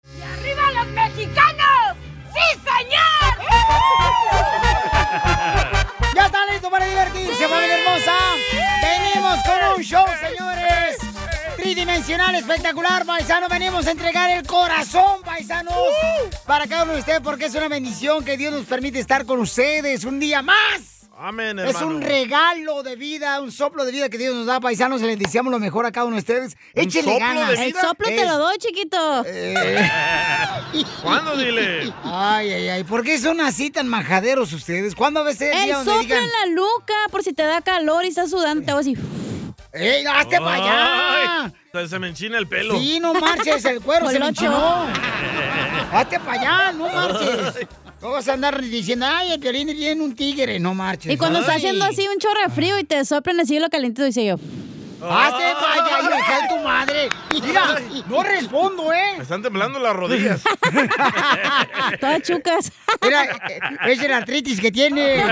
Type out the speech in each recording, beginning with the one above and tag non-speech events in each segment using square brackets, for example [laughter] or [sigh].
[laughs] Nacional espectacular, paisano. Venimos a entregar el corazón, paisanos. Para cada uno de ustedes, porque es una bendición que Dios nos permite estar con ustedes un día más. Amén, Es un regalo de vida, un soplo de vida que Dios nos da, paisanos. Les deseamos lo mejor a cada uno de ustedes. Échenle soplo de ganas. vida? El soplo te lo doy, chiquito. ¿Cuándo, dile? Ay, ay, ay. ¿Por qué son así tan majaderos ustedes? ¿Cuándo a veces El soplo en la nuca, por si te da calor y estás sudando, te vas así. ¡Ey, hazte para allá! allá! Ay, Se me enchina el pelo. Sí, no marches, el cuero se me Molocho. enchinó. Hazte para allá, no marches. No vas a andar diciendo, ay, el violín viene un tigre, no marches. Y cuando está Ay. haciendo así un chorro de frío y te soplan así lo calentito, dice yo. Hazte para allá, hija de tu madre. Mira, no respondo, [laughs] Me ¿eh? están temblando [laughs] las rodillas. Todas chucas. Mira, eh, es la artritis que [laughs] tiene.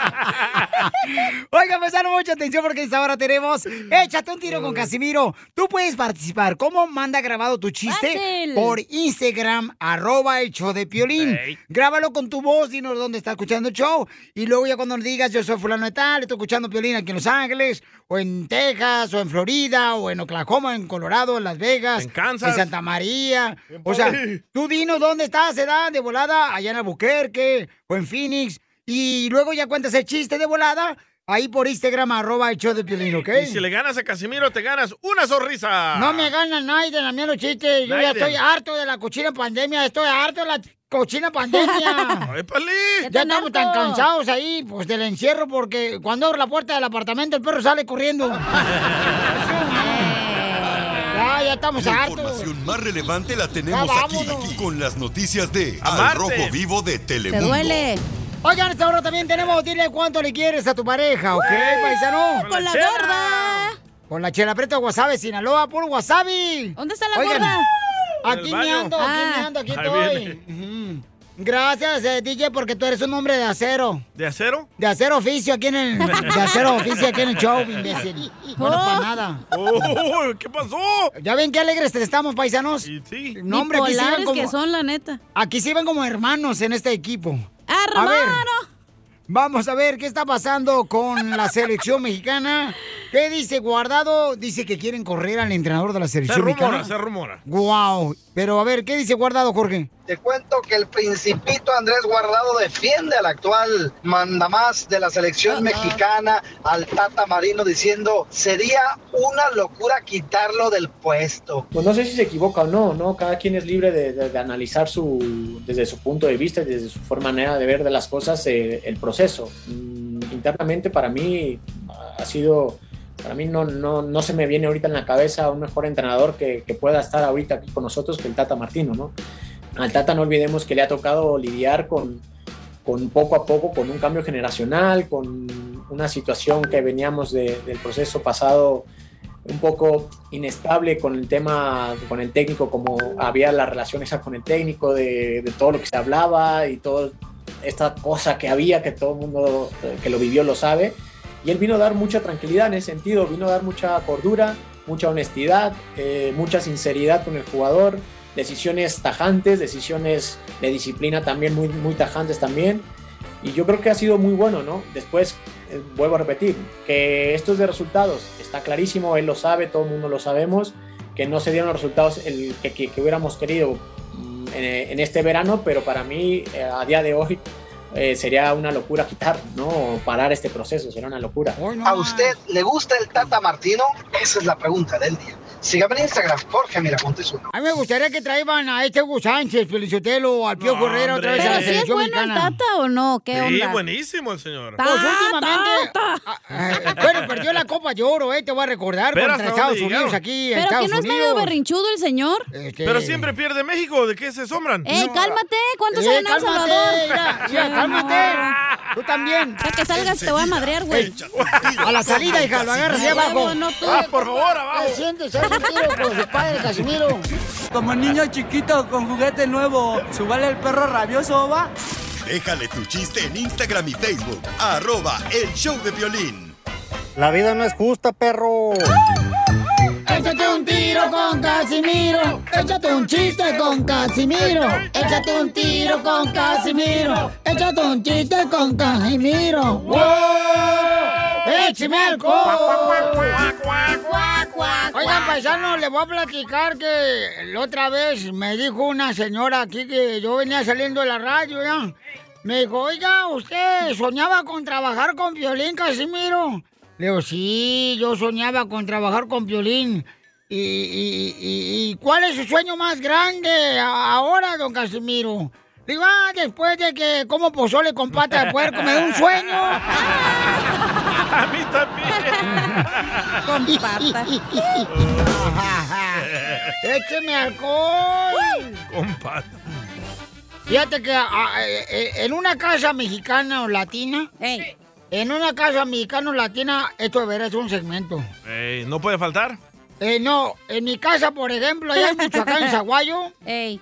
[laughs] Oiga, prestaron mucha atención porque hasta ahora tenemos Échate un tiro con Casimiro. Tú puedes participar. ¿Cómo manda grabado tu chiste? Fácil. Por Instagram, arroba el show de Piolín. Ey. Grábalo con tu voz, dinos dónde está escuchando el show. Y luego ya cuando nos digas, yo soy fulano de tal, estoy escuchando Piolín aquí en Los Ángeles, o en Texas, o en Florida, o en Oklahoma, en Colorado, en Las Vegas. En Kansas. En Santa María. O sea, París. tú dinos dónde estás, edad de volada, allá en Albuquerque o en Phoenix. Y luego ya cuentas el chiste de volada ahí por Instagram, arroba el show de Piolín, ¿ok? Y si le ganas a Casimiro, te ganas una sonrisa. No me gana nadie de la mía los chistes. Yo ya Nadie. estoy harto de la cochina pandemia. Estoy harto de la cochina pandemia. Ya estamos tan cansados ahí, pues del encierro, porque cuando abro la puerta del apartamento el perro sale corriendo. ya, ya estamos La hartos. información más relevante la tenemos Ya aquí, aquí, con las noticias de Al Aparte. Rojo Vivo de Telemundo. Oigan, esta hora también tenemos, dile cuánto le quieres a tu pareja, ¿ok, paisano? Con la gorda. Con la chela preta wasabi, Sinaloa, por wasabi. ¿Dónde está la Oigan, gorda? Ah. Aquí me ando, aquí me ando, aquí estoy. Gracias, eh, DJ, porque tú eres un hombre de acero. ¿De acero? De acero oficio aquí en el. De acero oficio aquí en el show, imbécil. Bueno, para nada. Oh, ¿Qué pasó? Ya ven qué alegres estamos, paisanos. Y sí. No, hombre, aquí se iban Bipolares como. que [laughs] son, la neta. Aquí se iban como hermanos en este equipo. A ver, ¡Hermano! vamos a ver qué está pasando con la [laughs] selección mexicana. ¿Qué dice Guardado? Dice que quieren correr al entrenador de la Se selección rumora, se mexicana. rumora. Wow. Pero a ver, ¿qué dice Guardado, Jorge? Te cuento que el principito Andrés Guardado defiende al actual mandamás de la selección mexicana, al Tata Marino, diciendo sería una locura quitarlo del puesto. Pues no sé si se equivoca o no, ¿no? Cada quien es libre de, de- de analizar su, desde su punto de vista y desde su forma manera de ver de las cosas eh, el proceso. Mm, Internamente para mí ha sido, para mí no, no, no se me viene ahorita en la cabeza un mejor entrenador que, que pueda estar ahorita aquí con nosotros que el Tata Martino, ¿no? Al Tata no olvidemos que le ha tocado lidiar con, con poco a poco, con un cambio generacional, con una situación que veníamos de- del proceso pasado un poco inestable con el tema, con el técnico, como había la relación esa con el técnico, de, de todo lo que se hablaba y toda esta cosa que había, que todo el mundo eh, que lo vivió lo sabe. Y él vino a dar mucha tranquilidad en ese sentido, vino a dar mucha cordura, mucha honestidad, eh, mucha sinceridad con el jugador, decisiones tajantes, decisiones de disciplina también muy, muy tajantes también. Y yo creo que ha sido muy bueno, ¿no? Después, eh, vuelvo a repetir, que esto es de resultados, está clarísimo, él lo sabe, todo el mundo lo sabemos, que no se dieron los resultados el, que, que- que hubiéramos querido mm, en, en este verano, pero para mí, eh, a día de hoy, eh, sería una locura quitar, ¿no? O parar este proceso, sería una locura. Hoy no ¿A más. usted le gusta el Tata Martino? Esa es la pregunta del día. Sígame en Instagram, Jorge Miramontes uno. A mí me gustaría que traíban a este Hugo Sánchez, Felicitelo, al Pío No, Correra otra vez a Pero si la hombre. es selección bueno el mexicana. tata o no, ¿qué Sí, onda? buenísimo el señor. Ta- Pues últimamente. Tata. Ah, ah, [laughs] bueno, perdió la Copa de Oro, eh, te voy a recordar Pero contra ¿hasta Estados dónde Unidos llegaron? aquí, en Pero que Estados no es medio Unidos. berrinchudo el señor. Este- Pero siempre pierde México. ¿De qué se sombran? ¡Ey, No. cálmate! ¿Cuántos Eh, se ganó El cálmate, Salvador? mira, [laughs] mira, cálmate. Tú también. Ya que salgas te voy a madrear, güey. [laughs] A la salida, hija, lo agarras de abajo. Huevo, no tú. Ah, por favor, Te abajo. sientes, haz un tiro con su padre, Casimiro. Como niño chiquito con juguete nuevo, subale el perro rabioso, va. Déjale tu chiste en Instagram y Facebook, arroba el show de violín. La vida no es justa, perro. Échate un tiro con Casimiro. Échate un chiste con Casimiro. Échate un tiro con Casimiro. Échate un chiste con Casimiro. ¡Wow! ¡Écheme alcohol! Oigan, paisano, le voy a platicar que la otra vez me dijo una señora aquí que yo venía saliendo de la radio, ¿ya? Me dijo, oiga, usted soñaba con trabajar con Violín Casimiro. Le digo, sí, yo soñaba con trabajar con Violín. ¿Y, y- y- y cuál es su sueño más grande a- ahora, don Casimiro? Le digo, ah, después de que como pozole con pata de puerco, me da un sueño. A mí también. [laughs] Con pata. [laughs] ¡Écheme alcohol! [laughs] Con pata. Fíjate que a- a- eh, eh, en una casa mexicana o latina, en una casa mexicana o latina, esto de veras es un segmento. Ey, ¿No puede faltar? Eh, no, en mi casa, por ejemplo, allá en Michoacán, en Zaguayo, eh,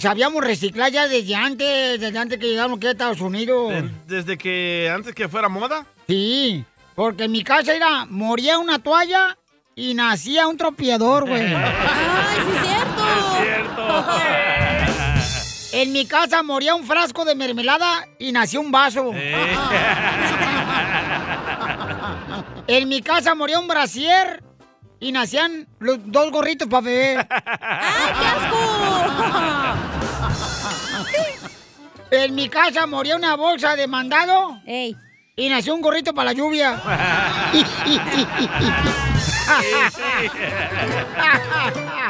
sabíamos reciclar ya desde antes, desde antes que llegamos aquí a Estados Unidos. Desde que antes que fuera [laughs] moda. Sí, porque en mi casa era, moría una toalla y nacía un tropiador, güey. ¡Ay, sí es cierto! [laughs] En mi casa moría un frasco de mermelada y nació un vaso. En mi casa moría un brasier y nacían los dos gorritos para [laughs] bebé. ¡Ay, qué asco! [laughs] En mi casa moría una bolsa de mandado y nació un gorrito para la lluvia. [laughs]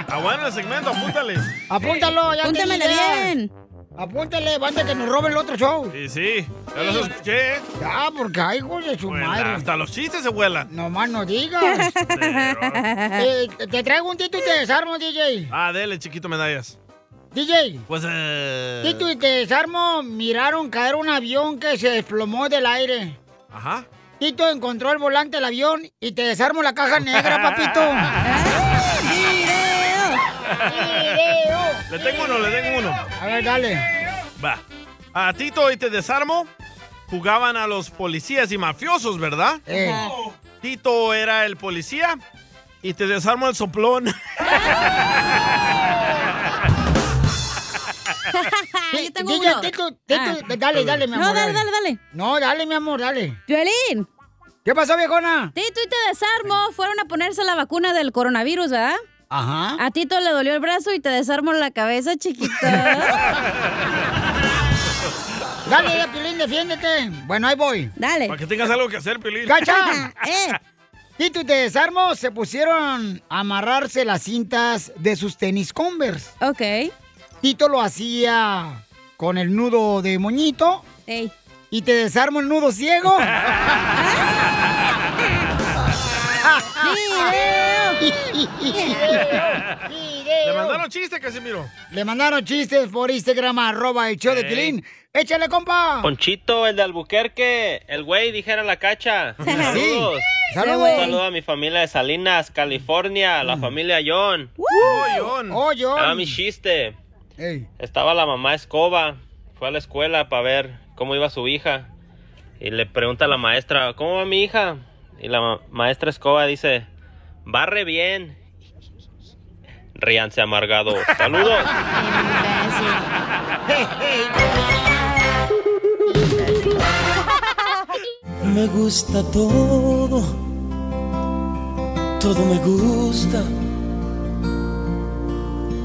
Aguanta Ah, el segmento, apúntale. Apúntalo, ya te Apúntamelo dije. bien. Apúntale, banda que nos roben el otro show. Sí, sí. Ya los escuché. ¿eh? Ya, porque hay hijos de su Bueno, madre. hasta los chistes se vuelan. Nomás no [laughs] digas. Eh, te traigo un tito y te desarmo, DJ. Ah, dele, chiquito medallas. DJ, Pues eh. tito y te desarmo miraron caer un avión que se desplomó del aire. Ajá. Tito encontró el volante del avión y te desarmo la caja negra, papito. [laughs] [laughs] ¡Video! Le tengo uno, le tengo uno. A ver, dale. Va. A Tito y te desarmo. Jugaban a los policías y mafiosos, ¿verdad? Eh, Tito era el policía y te desarmo el soplón. [laughs] Ay, yo tengo DJ, uno. Tito, Tito, Ah. dale, dale, mi amor. No, dale, dale, dale. No, dale, mi amor, dale. Violín, ¿Qué pasó, viejona? Tito y te desarmo. Fueron a ponerse la vacuna del coronavirus, ¿verdad? Ajá. A Tito le dolió el brazo y te desarmo la cabeza, chiquita. [laughs] Dale, ya, Pilín, defiéndete. Bueno, ahí voy. Dale. Para que tengas algo que hacer, Pilín. [laughs] ¡Cacha! Eh, Tito y te desarmo se pusieron a amarrarse las cintas de sus tenis Converse. ok. Tito lo hacía con el nudo de moñito Ey. y te desarmo el [laughs] nudo ciego. [laughs] Le mandaron chiste, Casimiro. Le mandaron chistes por Instagram, arroba el show de Ey. Pilín. Échale, compa. Ponchito, el de Albuquerque, el güey, dijera la cacha. Saludos. Saludos. Un saludo a mi familia de Salinas, California, la familia John. John. Oh, Era John. mi chiste. Ey. Estaba la mamá escoba, fue a la escuela para ver cómo iba su hija. Y le pregunta a la maestra, ¿cómo va mi hija? Y la ma- maestra escoba dice, barre bien. Ríanse amargado. Saludos. Me gusta todo, todo me gusta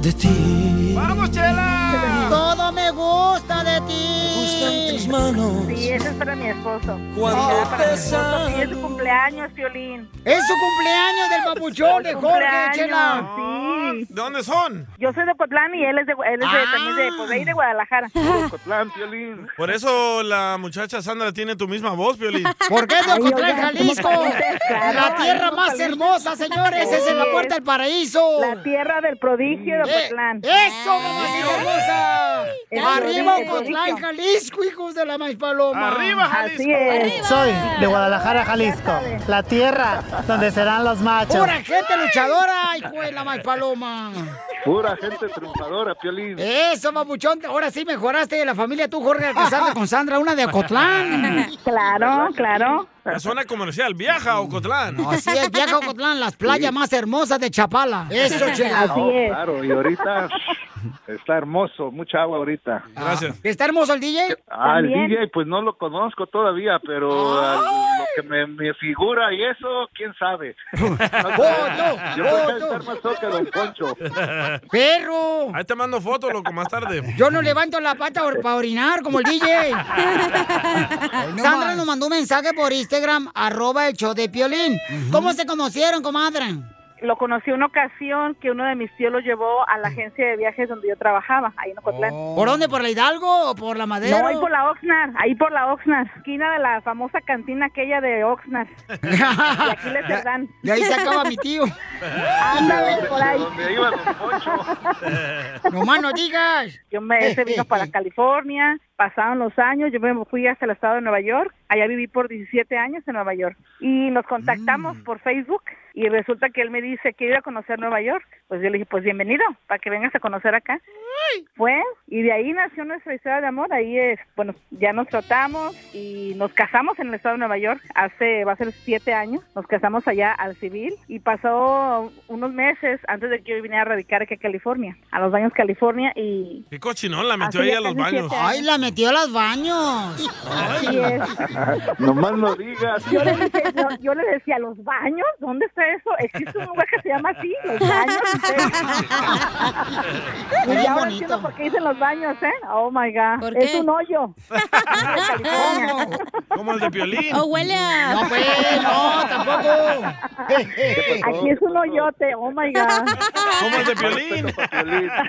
de ti. ¡Vamos, Chela! Todo me gusta Me de gustan tus ti. manos Sí, ese es para mi esposo. Oh, cuando Ah, para mi te esposo, sí, es su sal. cumpleaños, Violín. Es su cumpleaños del papuchón de Jorge, Cumpleaños, chela. Sí. ¿De dónde son? Yo soy de Cotlán y él es de, él es de- Ah. también de, pues, de ahí de Guadalajara. Cotlán, Piolín. Por eso la muchacha Sandra tiene tu misma voz, Piolín. ¿Por qué Ay, de Ocotlán, oigan, Jalisco? claro, La tierra ahí más Jalisco. hermosa, señores. Esa es la puerta del paraíso. La tierra del prodigio de Eh, Cotlán. ¡Eso, mamacita hermosa! Eso, ¡Arriba dice, Ocotlán, dice. Jalisco, hijos de la maíz paloma! ¡Arriba, Así Jalisco! es. Soy de Guadalajara, Jalisco, la tierra donde serán los machos. ¡Pura gente luchadora, hijo de la maíz paloma! Pura gente triunfadora, Piolín. Eso, mamuchón. Ahora sí mejoraste de la familia tú, Jorge, al casarte con Sandra, una de Ocotlán. [laughs] Claro, claro. La zona comercial, viaja a Ocotlán. Así es, [laughs] viaja a Ocotlán, las playas más hermosas de Chapala. Eso, chela. Así es. Claro, y ahorita Está hermoso, mucha agua ahorita. Ah. Gracias. ¿Está hermoso el DJ? Ah, el DJ, pues no lo conozco todavía, pero ah, lo que me, me figura y eso, quién [laughs] sabe. No sé. Oh, Yo voy a estar más cerca de Don Poncho. ¡Perro! Ahí te mando foto, loco, más tarde. Yo no levanto la pata or- para orinar como el DJ. [laughs] Sandra nos mandó un mensaje por Instagram, arroba el show de Piolín. ¿Cómo se conocieron, comadre? Lo conocí una ocasión que uno de mis tíos lo llevó a la agencia de viajes donde yo trabajaba, ahí en Ocotlán. Mm. ¿Por dónde? ¿Por la Hidalgo o por la Madera? No, ahí por la Oxnard, ahí por la Oxnard, esquina de la famosa cantina aquella de Oxnard. [laughs] y aquí [laughs] les dan. De ahí se acaba mi tío. [laughs] Ándale, por ahí. [laughs] No más no digas. Yo me se vino para California, pasaron los años, yo me fui hasta el estado de Nueva York, allá viví por 17 años en Nueva York y nos contactamos por Facebook y resulta que él me dice que iba a conocer Nueva York, pues yo le dije pues bienvenido para que vengas a conocer acá. Fue Pues, y de ahí nació nuestra historia de amor, ahí es, bueno, ya nos tratamos y nos casamos en el estado de Nueva York hace, va a ser siete años, nos casamos allá al civil y pasó unos meses antes de que yo viniera a radicar aquí a California, a los baños California y Qué cochinón, la metió Así ahí ya a los casi baños. siete Ay, la metió a los baños. Así es. Nomás no digas. Yo le, dije- yo, yo le decía, ¿los baños? ¿Dónde está eso? ¿Existe un lugar que se llama así? [laughs] ¿Los baños? Y Muy ahora bonito. entiendo por qué dicen los baños, ¿eh? Oh, my God. Es qué? un hoyo. Ah, Como el de [laughs] Piolín. O huele a- No, pues, no, tampoco. Aquí es un hoyote. Oh, my God. Como el de Piolín. [laughs]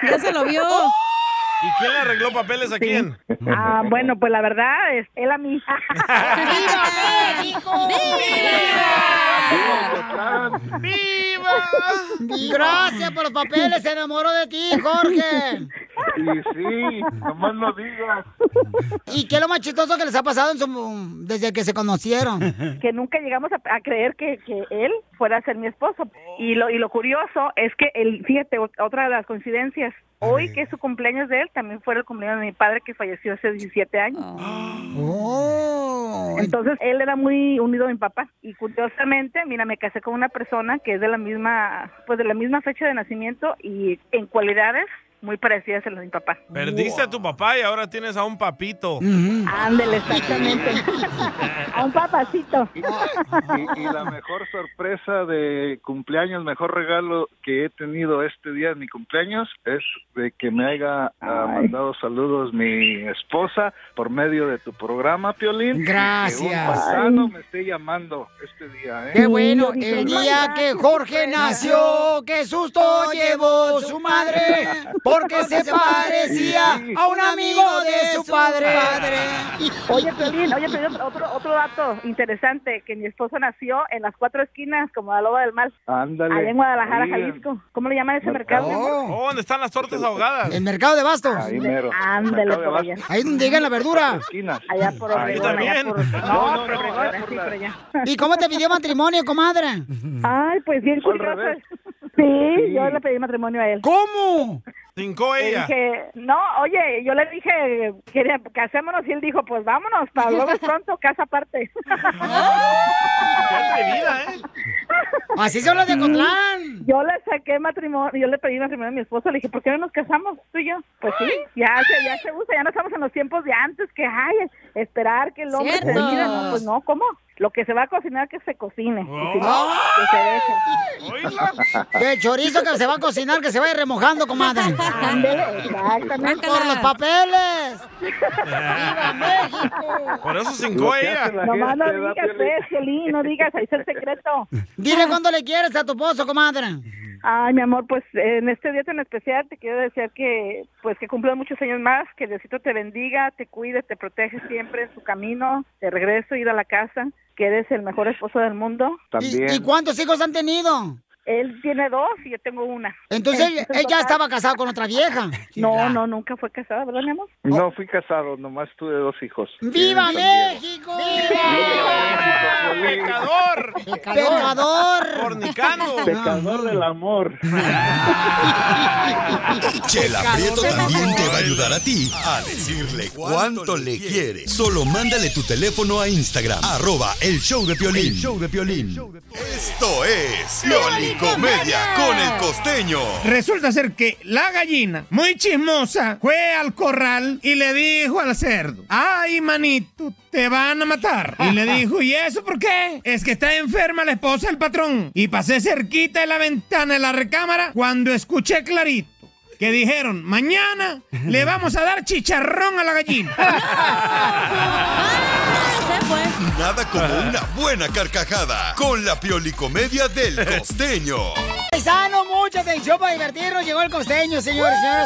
Ya se lo vio. ¿Y quién le arregló papeles a quién? Ah, bueno, pues la verdad es él a mí. [laughs] [laughs] Gracias por los papeles, se enamoró de ti, [laughs] Jorge. Y sí, nomás no digas. ¿Y qué es lo más chistoso que les ha pasado en su- desde que se conocieron? que nunca llegamos a, a creer que, que él fuera a ser mi esposo. Y lo, y lo curioso es que, él, fíjate, o- otra de las coincidencias, hoy que es su cumpleaños de él, también fue el cumpleaños de mi padre que falleció hace 17 años. Oh. Entonces, él era muy unido a mi papá. Y curiosamente, mira, me casé con una persona que es de la misma, pues de la misma fecha de nacimiento y en cualidades muy parecidas a las de mi papá. Perdiste a tu papá y ahora tienes a un papito. Ándele, exactamente. a un papacito. Y, y la mejor sorpresa de cumpleaños, mejor regalo que he tenido este día en mi cumpleaños es de que me haya ah, mandado saludos mi esposa por medio de tu programa, Piolín. Gracias. Que un paisano me esté llamando este día. ¿eh? Qué bueno, el día que Jorge nació, qué susto llevó su madre, porque se parecía a un amigo de su padre. Oye, Piolín, oye, Piolín, otro, otro dato interesante, que mi esposo nació en las cuatro esquinas, como la loba del mal, Ándale. Ah, allá en Guadalajara, Ahí en- Jalisco. ¿Cómo le llaman ese mercado? mi amor? Oh, ¿dónde están las tortas ahogadas? El mercado de bastos. Ahí mero. Ándale, Mercado de por allá. Bastos. Ahí donde llega la verdura. Ah, Allá por Obregón, allá también. por... No, por Obregón, sí, por allá. ¿Y cómo te pidió matrimonio, comadre? Ay, pues bien curioso. [laughs] Sí, yo le pedí matrimonio a él. ¿Cómo? Cinco Le ella. dije, no, oye, yo le dije, quería, casémonos, y él dijo, pues vámonos, [laughs] para luego pronto, casa aparte. [laughs] ¿eh? eh. Así son los de Cotlán. Yo le saqué matrimonio, yo le pedí matrimonio a mi esposo, le dije, ¿por qué no nos casamos tú y yo? Pues sí, ya se, ya se usa, ya no estamos en los tiempos de antes, que ay, esperar que el hombre se Cierto. decida, no, pues no, ¿cómo? Lo que se va a cocinar, que se cocine, y si no, Oh. que se deje. El chorizo que se va a cocinar, que se vaya remojando, comadre. Ándele, exactamente. Por los papeles. Por eso cinco ella. Nomás no digas, pues, Piolín, [laughs] no digas, ahí está el secreto. Dile cuándo le quieres a tu esposo, comadre. Ay, mi amor, pues en este día tan especial te quiero decir que pues que cumplas muchos años más, que Diosito te bendiga, te cuide, te protege siempre en su camino, de regreso, ir a la casa, que eres el mejor esposo del mundo. También. ¿Y cuántos hijos han tenido? Él tiene dos y yo tengo una. Entonces él, él ya total- estaba casado con otra vieja. [laughs] No, no, nunca fue casada, ¿verdad, mi amor? No fui casado, nomás tuve dos hijos. ¡Viva Sí, México! ¡Pecador! ¡Pecador! Fornicando. [laughs] Pecador del amor. Chela Prieto Pescador. también te va a ayudar a ti a decirle cuánto le quiere. Solo mándale tu teléfono a Instagram, arroba el show de Piolín. El show de Esto es Pioli Comedia con el costeño. Resulta ser que la gallina, muy chismosa, fue al corral y le dijo al cerdo, ay manito, te van a matar. Y le dijo, ¿y eso por qué? Es que está enferma la esposa del patrón. Y pasé cerquita de la ventana de la recámara cuando escuché clarito. Que dijeron, mañana le vamos a dar chicharrón a la [laughs] gallina. Nada como una buena carcajada con la Pioli Comedia del costeño. Paisano, mucha atención para divertirnos. Llegó el costeño, señores, señores.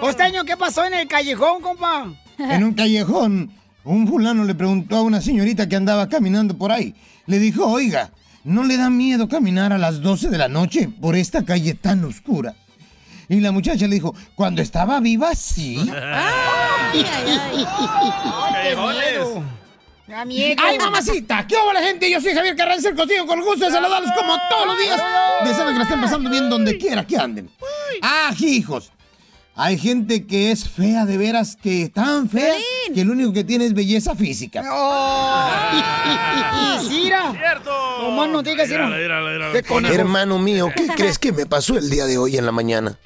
Costeño, ¿qué pasó en el callejón, compa? En un callejón, un fulano le preguntó a una señorita que andaba caminando por ahí. Le dijo, oiga, ¿no le da miedo caminar a las 12 de la noche por esta calle tan oscura? Y la muchacha le dijo, cuando estaba viva, sí. [laughs] Ay, [laughs] ay, ay. Callejones. Me da miedo. ¡Ay, mamacita! ¿Qué hubo la gente? Yo soy Javier Carranza, el contigo con el gusto de saludarlos como todos los días. De saber que la están pasando bien donde quiera que anden. ¡Ah, hijos! Hay gente que es fea de veras, que tan fea, que lo único que tiene es belleza física. Y [laughs] Cira. Cierto. No más no digas, Cira. Te conozco. Hermano mío, [laughs] ¿qué crees que me pasó el día de hoy en la mañana?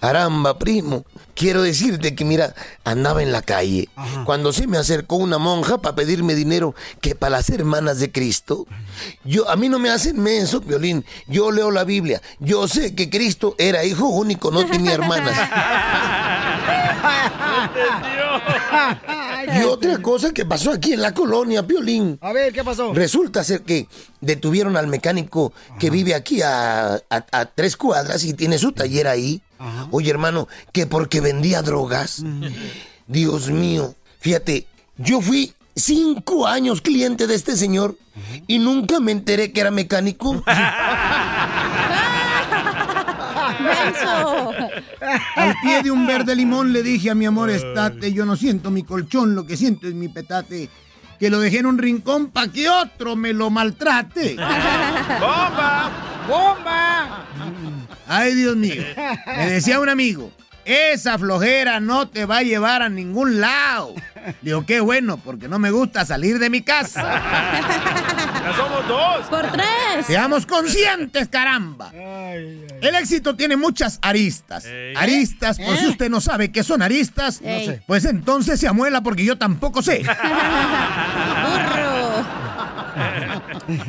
Aramba, primo, quiero decirte que mira, andaba en la calle cuando se me acercó una monja para pedirme dinero que para las hermanas de Cristo. Yo a mí no me hacen menso, Violín. Yo leo la Biblia. Yo sé que Cristo era hijo único, no tenía [laughs] hermanas. Y otra cosa que pasó aquí en la colonia, Piolín. A ver, ¿qué pasó? Resulta ser que detuvieron al mecánico que vive aquí a, a- a tres cuadras y tiene su taller ahí. Oye, hermano, que porque vendía drogas. Ah, Dios mío, fíjate, yo fui cinco años cliente de este señor y nunca me enteré que era mecánico. Al pie de un verde limón le dije a mi amor, estate, yo no siento mi colchón, lo que siento es mi petate. Que lo dejé en un rincón para que otro me lo maltrate. ¡Bomba! ¡Bomba! Ay, Dios mío. Me decía un amigo, esa flojera no te va a llevar a ningún lado. Digo, qué bueno, porque no me gusta salir de mi casa. ¡Ya somos dos! ¡Por tres! Seamos conscientes, caramba. El éxito tiene muchas aristas. Aristas, por Eh. si usted no sabe qué son aristas, No sé. pues entonces se amuela porque yo tampoco [laughs] sé. [laughs]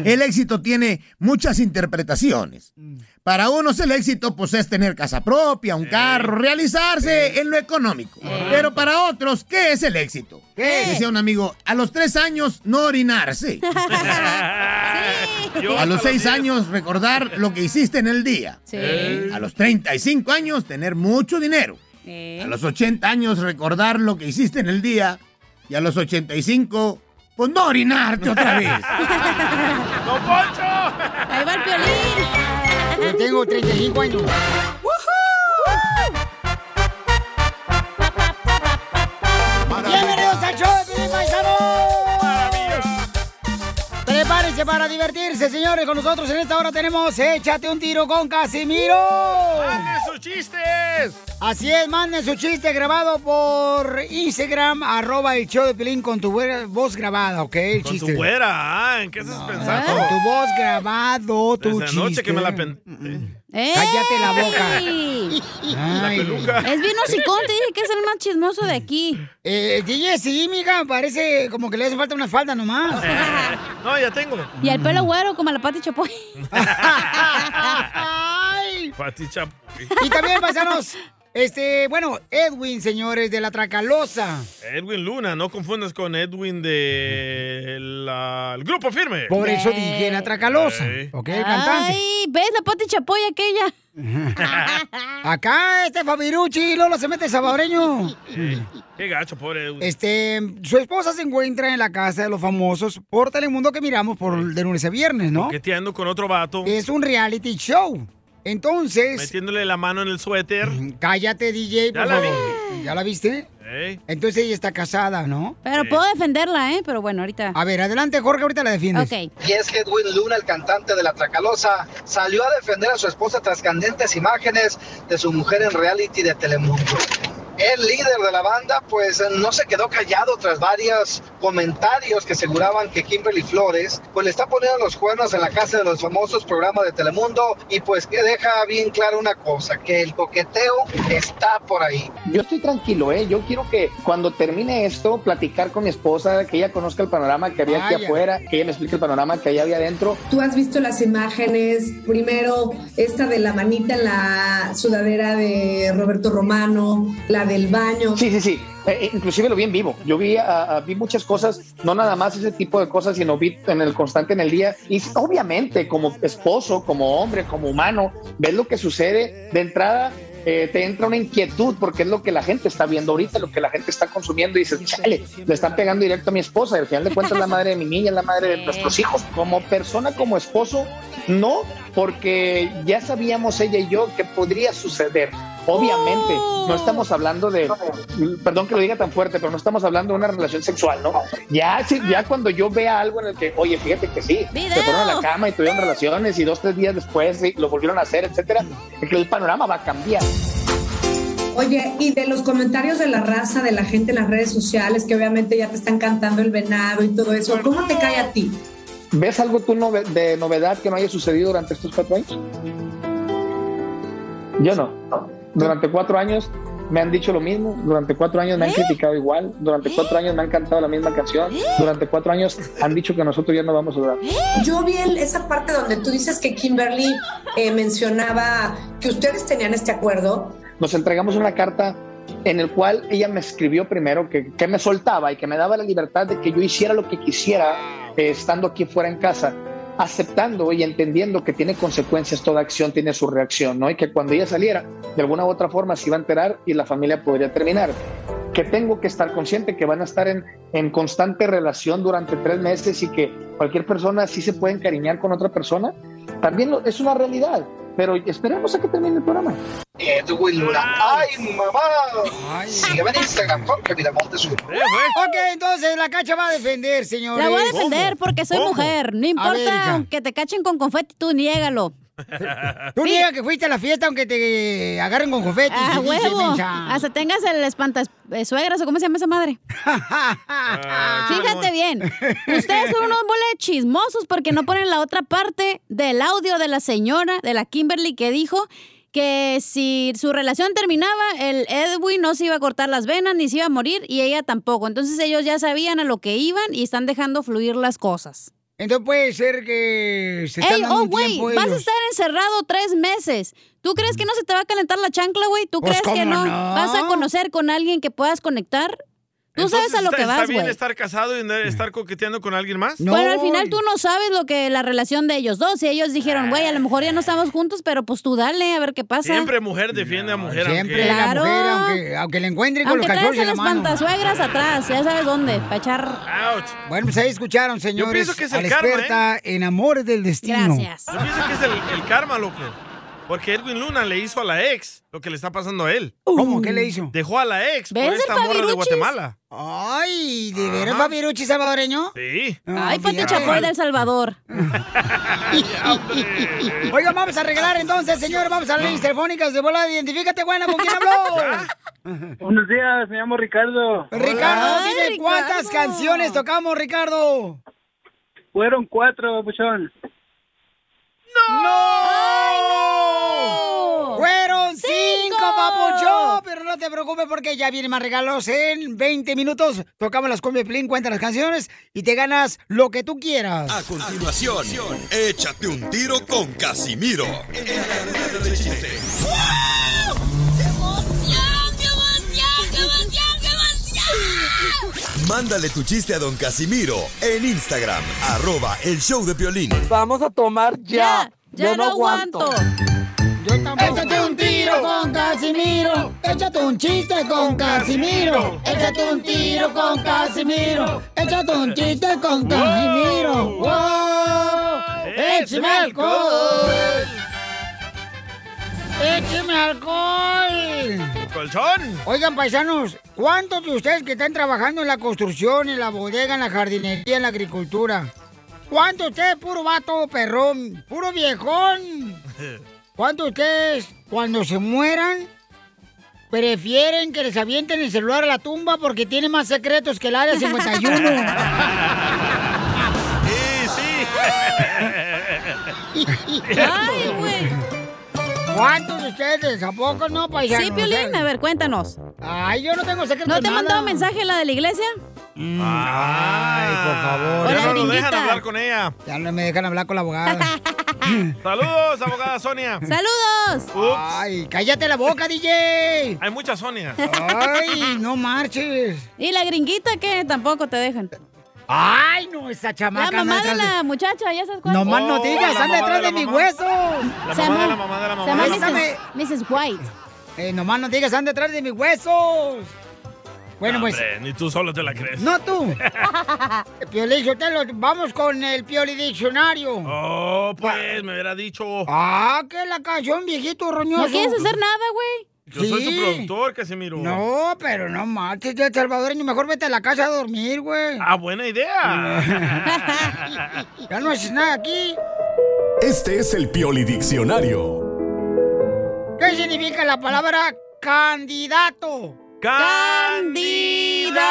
El éxito tiene muchas interpretaciones. Para unos el éxito pues es tener casa propia, un carro, realizarse en lo económico. Pero para otros, ¿qué es el éxito? Decía un amigo, a los tres años no orinarse. Yo A los seis años recordar lo que hiciste en el día. Sí. A los 35 años tener mucho dinero. Eh. A [laughs] los 80 años recordar lo que hiciste en el día. Y a los 85, pues no orinarte otra vez. ¡Don Poncho! ¡Ahí va el violín! Yo tengo 35 años. Bienvenidos al show de Piolín, Paisanos. Prepárense para divertirse, señores. Con nosotros en esta hora tenemos Échate un tiro con Casimiro. ¡Manden sus chistes! Así es, manden su chiste grabado por Instagram, arroba el show de Pelín con tu güera- voz grabada, ¿ok? El Con chiste. tu güera, ah, ¿en qué estás pensando? Con tu voz grabado, tu Desde chiste. Mm, anoche que me la pen... Cállate la boca. boca. Ay. Es bien hocicón, te dije que es el más chismoso de aquí. Eh, DJ, sí, mija, parece como que le hace falta una [laughs] falda nomás. No, ya tengo. Y el pelo güero como la Pati Chapoy. [laughs] [laughs] Pati Chapoy. Y también, paisanos, este, bueno, Edwin, señores, de la Tracalosa. Edwin Luna, no confundas con Edwin de la- el grupo firme. Por eso dije la Tracalosa. ¿Ok? El Ah. cantante. Ay, [laughs] ¿ves la Pati Chapoy aquella? Acá este Fabiruchi, Lolo se mete salvadoreño. Eh, [laughs] qué gacho, pobre Edwin. Este, su esposa se encuentra en la casa de los famosos por Telemundo que miramos por de lunes a viernes, ¿no? Que te ando con otro vato. Es un reality show. Entonces, Metiéndole la mano en el suéter. cállate, DJ, Ya por la favor. ¿Ya la viste? Entonces ella está casada, ¿no? Pero puedo defenderla, ¿eh? Pero bueno, ahorita. A ver, adelante, Jorge, ahorita la defiendes. Y es que Edwin Luna, el cantante de La Tracalosa, salió a defender a su esposa tras candentes imágenes de su mujer en reality de Telemundo. El líder de la banda, pues no se quedó callado tras varios comentarios que aseguraban que Kimberly Flores, pues le está poniendo los cuernos en la casa de los famosos programas de Telemundo y pues que deja bien claro una cosa, que el coqueteo está por ahí. Yo estoy tranquilo, ¿eh? Yo quiero que cuando termine esto, platicar con mi esposa, que ella conozca el panorama que había aquí Vaya. afuera, que ella me explique el panorama que allá había adentro. Tú has visto las imágenes, primero esta de la manita en la sudadera de Roberto Romano, la del baño. Sí, sí, sí. Eh, eh, inclusive lo vi en vivo. Yo vi, ah, ah, vi muchas cosas, no nada más ese tipo de cosas, sino vi en el constante en el día. Y obviamente, como esposo, como hombre, como humano, ves lo que sucede de entrada. eh, te entra una inquietud porque es lo que la gente está viendo ahorita, lo que la gente está consumiendo y dices, chale, le están pegando directo a mi esposa y al final de cuentas es la madre de mi niña, es la madre de nuestros hijos. Como persona, como esposo, no, porque ya sabíamos ella y yo que podría suceder. Obviamente, no estamos hablando de, perdón que lo diga tan fuerte, pero no estamos hablando de una relación sexual, ¿no? Ya, sí, ya cuando yo vea algo en el que, oye, fíjate que sí, se fueron a la cama y tuvieron relaciones y dos, tres días después sí, lo volvieron a hacer, etcétera, que el panorama va a cambiar. Oye, y de los comentarios de la raza, de la gente en las redes sociales, que obviamente ya te están cantando el venado y todo eso, ¿cómo te cae a ti? ¿Ves algo tú nove- de novedad que no haya sucedido durante estos cuatro años? Yo no. Durante cuatro años me han dicho lo mismo, durante cuatro años me han criticado igual, durante cuatro años me han cantado la misma canción, durante cuatro años han dicho que nosotros ya no vamos a durar. Yo vi el- esa parte donde tú dices que Kimberly eh, mencionaba que ustedes tenían este acuerdo. Nos entregamos una carta en el cual ella me escribió primero que, que me soltaba y que me daba la libertad de que yo hiciera lo que quisiera eh, estando aquí fuera en casa aceptando y entendiendo que tiene consecuencias toda acción tiene su reacción no y que cuando ella saliera de alguna u otra forma se iba a enterar y la familia podría terminar que tengo que estar consciente que van a estar en, en constante relación durante tres meses y que cualquier persona sí se puede encariñar con otra persona también lo- es una realidad pero esperemos a que termine el programa Edwin Luna, ¡ay mamá! Sígueme en Instagram, Jorge Miramontes uno. Ok, entonces la cacha va a defender, señor. La voy a defender porque soy mujer. No importa hija. aunque te cachen con confeti, tú niégalo. Tú niega que fuiste a la fiesta aunque te agarren con confeti. ¡Ah, se dice, huevo! mensa. Hasta tengas el espantas eh, suegras o cómo se llama esa [laughs] madre. Ah, Fíjate bien, ustedes son unos boles de chismosos porque no ponen la otra parte del audio de la señora, de la Kimberly, que dijo que si su relación terminaba, el Edwin no se iba a cortar las venas ni se iba a morir y ella tampoco. Entonces ellos ya sabían a lo que iban y están dejando fluir las cosas. Entonces puede ser que se están Ey, dando oh, un güey, tiempo vas a ellos. estar encerrado tres meses. ¿Tú crees que no se te va a calentar la chancla, güey? ¿Tú crees Pues, que ¿cómo no? no? vas a conocer con alguien que puedas conectar? Tú sabes a Entonces, lo ¿está- que vas, ¿Está bien güey. estar casado y no estar coqueteando con alguien más? Bueno, al final tú no sabes lo que la relación de ellos dos. Y ellos dijeron, güey, a lo mejor ya no estamos juntos, pero pues tú dale, a ver qué pasa. Siempre mujer defiende a mujer. Siempre aunque- la mujer, aunque, aunque le encuentren con Aunque los traes calzones a en la las mano. pantasuegras atrás, ya sabes dónde, para echar... Bueno, pues ahí escucharon, señores. pienso que es a el la karma, ¿eh? experta en amores del destino. Yo pienso que es el, el karma, loco. Porque Edwin Luna le hizo a la ex lo que le está pasando a él. Uh. ¿Cómo? ¿Qué le hizo? Dejó a la ex por ¿Ves el esta morra de Fabiruchis? Guatemala. Ay, ¿de veras Ajá. Fabiruchi salvadoreño? Sí. Ay, Pati fíjate. Chapoy del [laughs] Salvador. Oigan, vamos a regalar entonces, señor. Vamos a las líneas telefónicas de bola. Identifícate, buena, ¿con quién [laughs] habló? Buenos días, me llamo Ricardo. Ricardo, dime cuántas canciones tocamos, Ricardo. Fueron cuatro, puchón. ¡No! Fueron cinco, papucho. Pero no te preocupes porque ya vienen más regalos en 20 minutos. Tocamos las cumbias Plin, cuentan las canciones y te ganas lo que tú quieras. A continuación, échate un tiro con Casimiro. En la Ruleta de chiste. Mándale tu chiste a don Casimiro en Instagram, arroba el show de violín. Vamos a tomar ya. Ya, ya Yo no no aguanto. Échate un tiro con Casimiro. Échate un chiste con Casimiro. Échate un tiro con Casimiro. Échate un chiste con Casimiro. ¡Wow! [laughs] ¡Échame alcohol! ¡Échame alcohol! colchón. Oigan, paisanos, ¿cuántos de ustedes que están trabajando en la construcción, en la bodega, en la jardinería, en la agricultura? ¿Cuántos de ustedes, puro vato, perrón, puro viejón? ¿Cuántos de ustedes, cuando se mueran, prefieren que les avienten el celular a la tumba porque tiene más secretos que el área 51? [laughs] Sí, sí. Ay, güey. ¿Cuántos de ustedes? ¿A poco no, paisanos? Sí, Piolín, a ver, cuéntanos. Ay, yo no tengo secreto ¿No te de nada. mandó mensaje la de la iglesia? Mm. Ay, por favor. Ah. Hola, Ya no lo gringuita. dejan hablar con ella. Ya no me dejan hablar con la [laughs] abogada. Saludos, abogada Sonia. ¡Saludos! ¡Ay, cállate la boca, DJ! Hay muchas Sonia. ¡Ay, no marches! ¿Y la gringuita que Tampoco te dejan. ¡Ay, no, esa chamaca! La mamá anda de detrás la muchacha, ya sabes cuál. No más no digas, anda detrás Oh, de, mis huesos. Se llama- Se llama Mrs. Mrs. White. Eh, nomás no digas, anda detrás de mis huesos. Bueno, pues. Hombre, ni tú solo te la [laughs] crees. No tú. Piolín, Sotelo, vamos con el Pioli Diccionario. Oh, pues, me hubiera dicho. Ah, que la canción, viejito roñoso. No quieres hacer nada, güey. Yo soy sí. su productor, Casimiro. No, pero no marches, ya salvadoreño. Mejor vete a la casa a dormir, güey. Ah, buena [laughs] idea. [laughs] ya no haces nada aquí. Este es el Pioli Diccionario. ¿Qué significa la palabra candidato?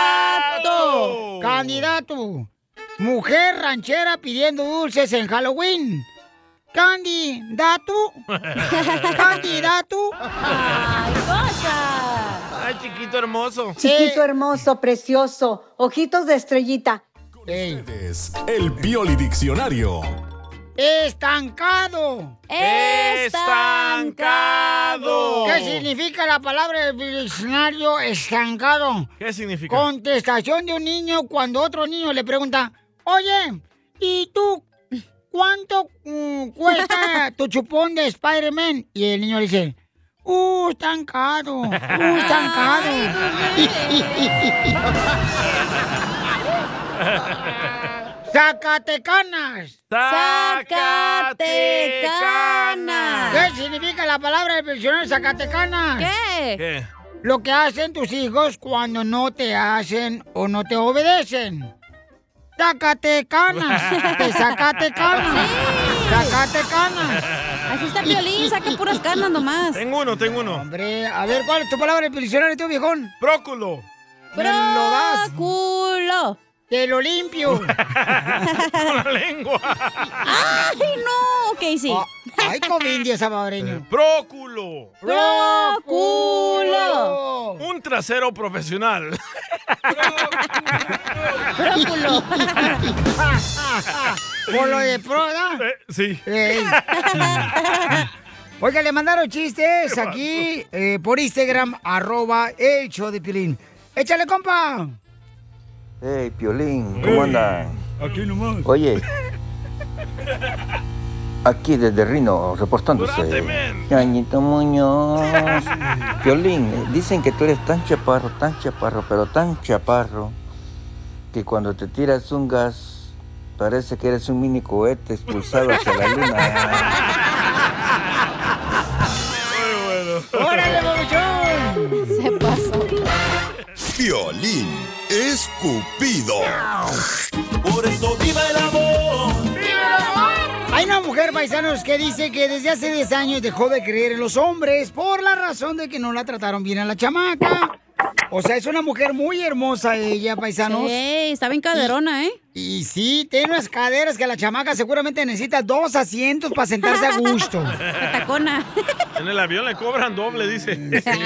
Candidato. Candidato. Mujer ranchera pidiendo dulces en Halloween. [laughs] Candidato. Candidato. Ay, cosa. Ay, chiquito hermoso. Eh. Chiquito hermoso, precioso, ojitos de estrellita. Es el Pioli Diccionario. Estancado. Estancado. ¿Qué significa la palabra del diccionario estancado? ¿Qué significa? Contestación de un niño cuando otro niño le pregunta, oye, ¿y tú cuánto mm, [laughs] cuesta tu chupón de Spider-Man? Y el niño le dice, ¡uh, tan caro! ¡uh, tan [laughs] caro! ¡Zacatecanas! ¡Zacatecanas! ¿Qué significa la palabra del diccionario Zacatecanas? ¿Qué? ¿Qué? Lo que hacen tus hijos cuando no te hacen o no te obedecen. Sácate canas, te sácate canas, sácate canas. Así está Piolín, saca puras canas nomás. Tengo uno, tengo uno. Hombre, a ver, ¿cuál es tu palabra del diccionario, tú, viejón? Próculo. Me lo das. Próculo. Te lo [laughs] limpio. Con la lengua. ¡Ay, no! Ok, sí. Ah, ay, covindia [laughs] salvadoreño. Próculo. Próculo. Un trasero [laughs] profesional. Próculo. Por lo de proda. Eh, Sí. Oiga, le mandaron chistes aquí eh, por Instagram, arroba el show de Pilín. Échale, compa. Hey, Piolín, ¿cómo Ey. andan? Aquí nomás. Oye, aquí desde Rino, reportándose. Cañito Muñoz. Piolín, dicen que tú eres tan chaparro, tan chaparro, pero tan chaparro, que cuando te tiras un gas, parece que eres un mini cohete expulsado hacia la luna. ¡Órale, babuchón! Se pasó. Violín escupido. Por eso viva el amor. Hay una mujer, paisanos, que dice que desde hace 10 años dejó de creer en los hombres por la razón de que no la trataron bien a la chamaca. O sea, es una mujer muy hermosa ella, paisanos. Sí, está bien caderona, ¿eh? Y sí, tiene unas caderas que la chamaca seguramente necesita dos asientos para sentarse [laughs] a gusto. Tacona. En el avión le cobran doble, dice.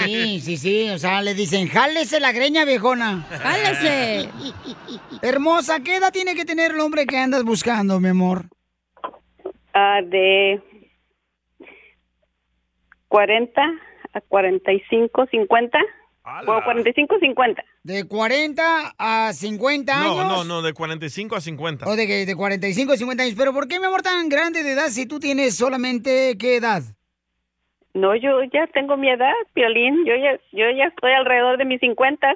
Sí, sí, sí. O sea, le dicen, jálese la greña, viejona. Jálese. Hermosa, ¿qué edad tiene que tener el hombre que andas buscando, mi amor? Ah, de 40 a 45, 50. O 45, 50. ¿De 40 a 50 años? [laughs] No, no, no, de 45 a 50. O de, que- de 45 a 50 años. Pero ¿por qué, mi amor, tan grande de edad si tú tienes solamente qué edad? No, yo ya tengo mi edad, Piolín. Yo ya, yo ya estoy alrededor de mis 50.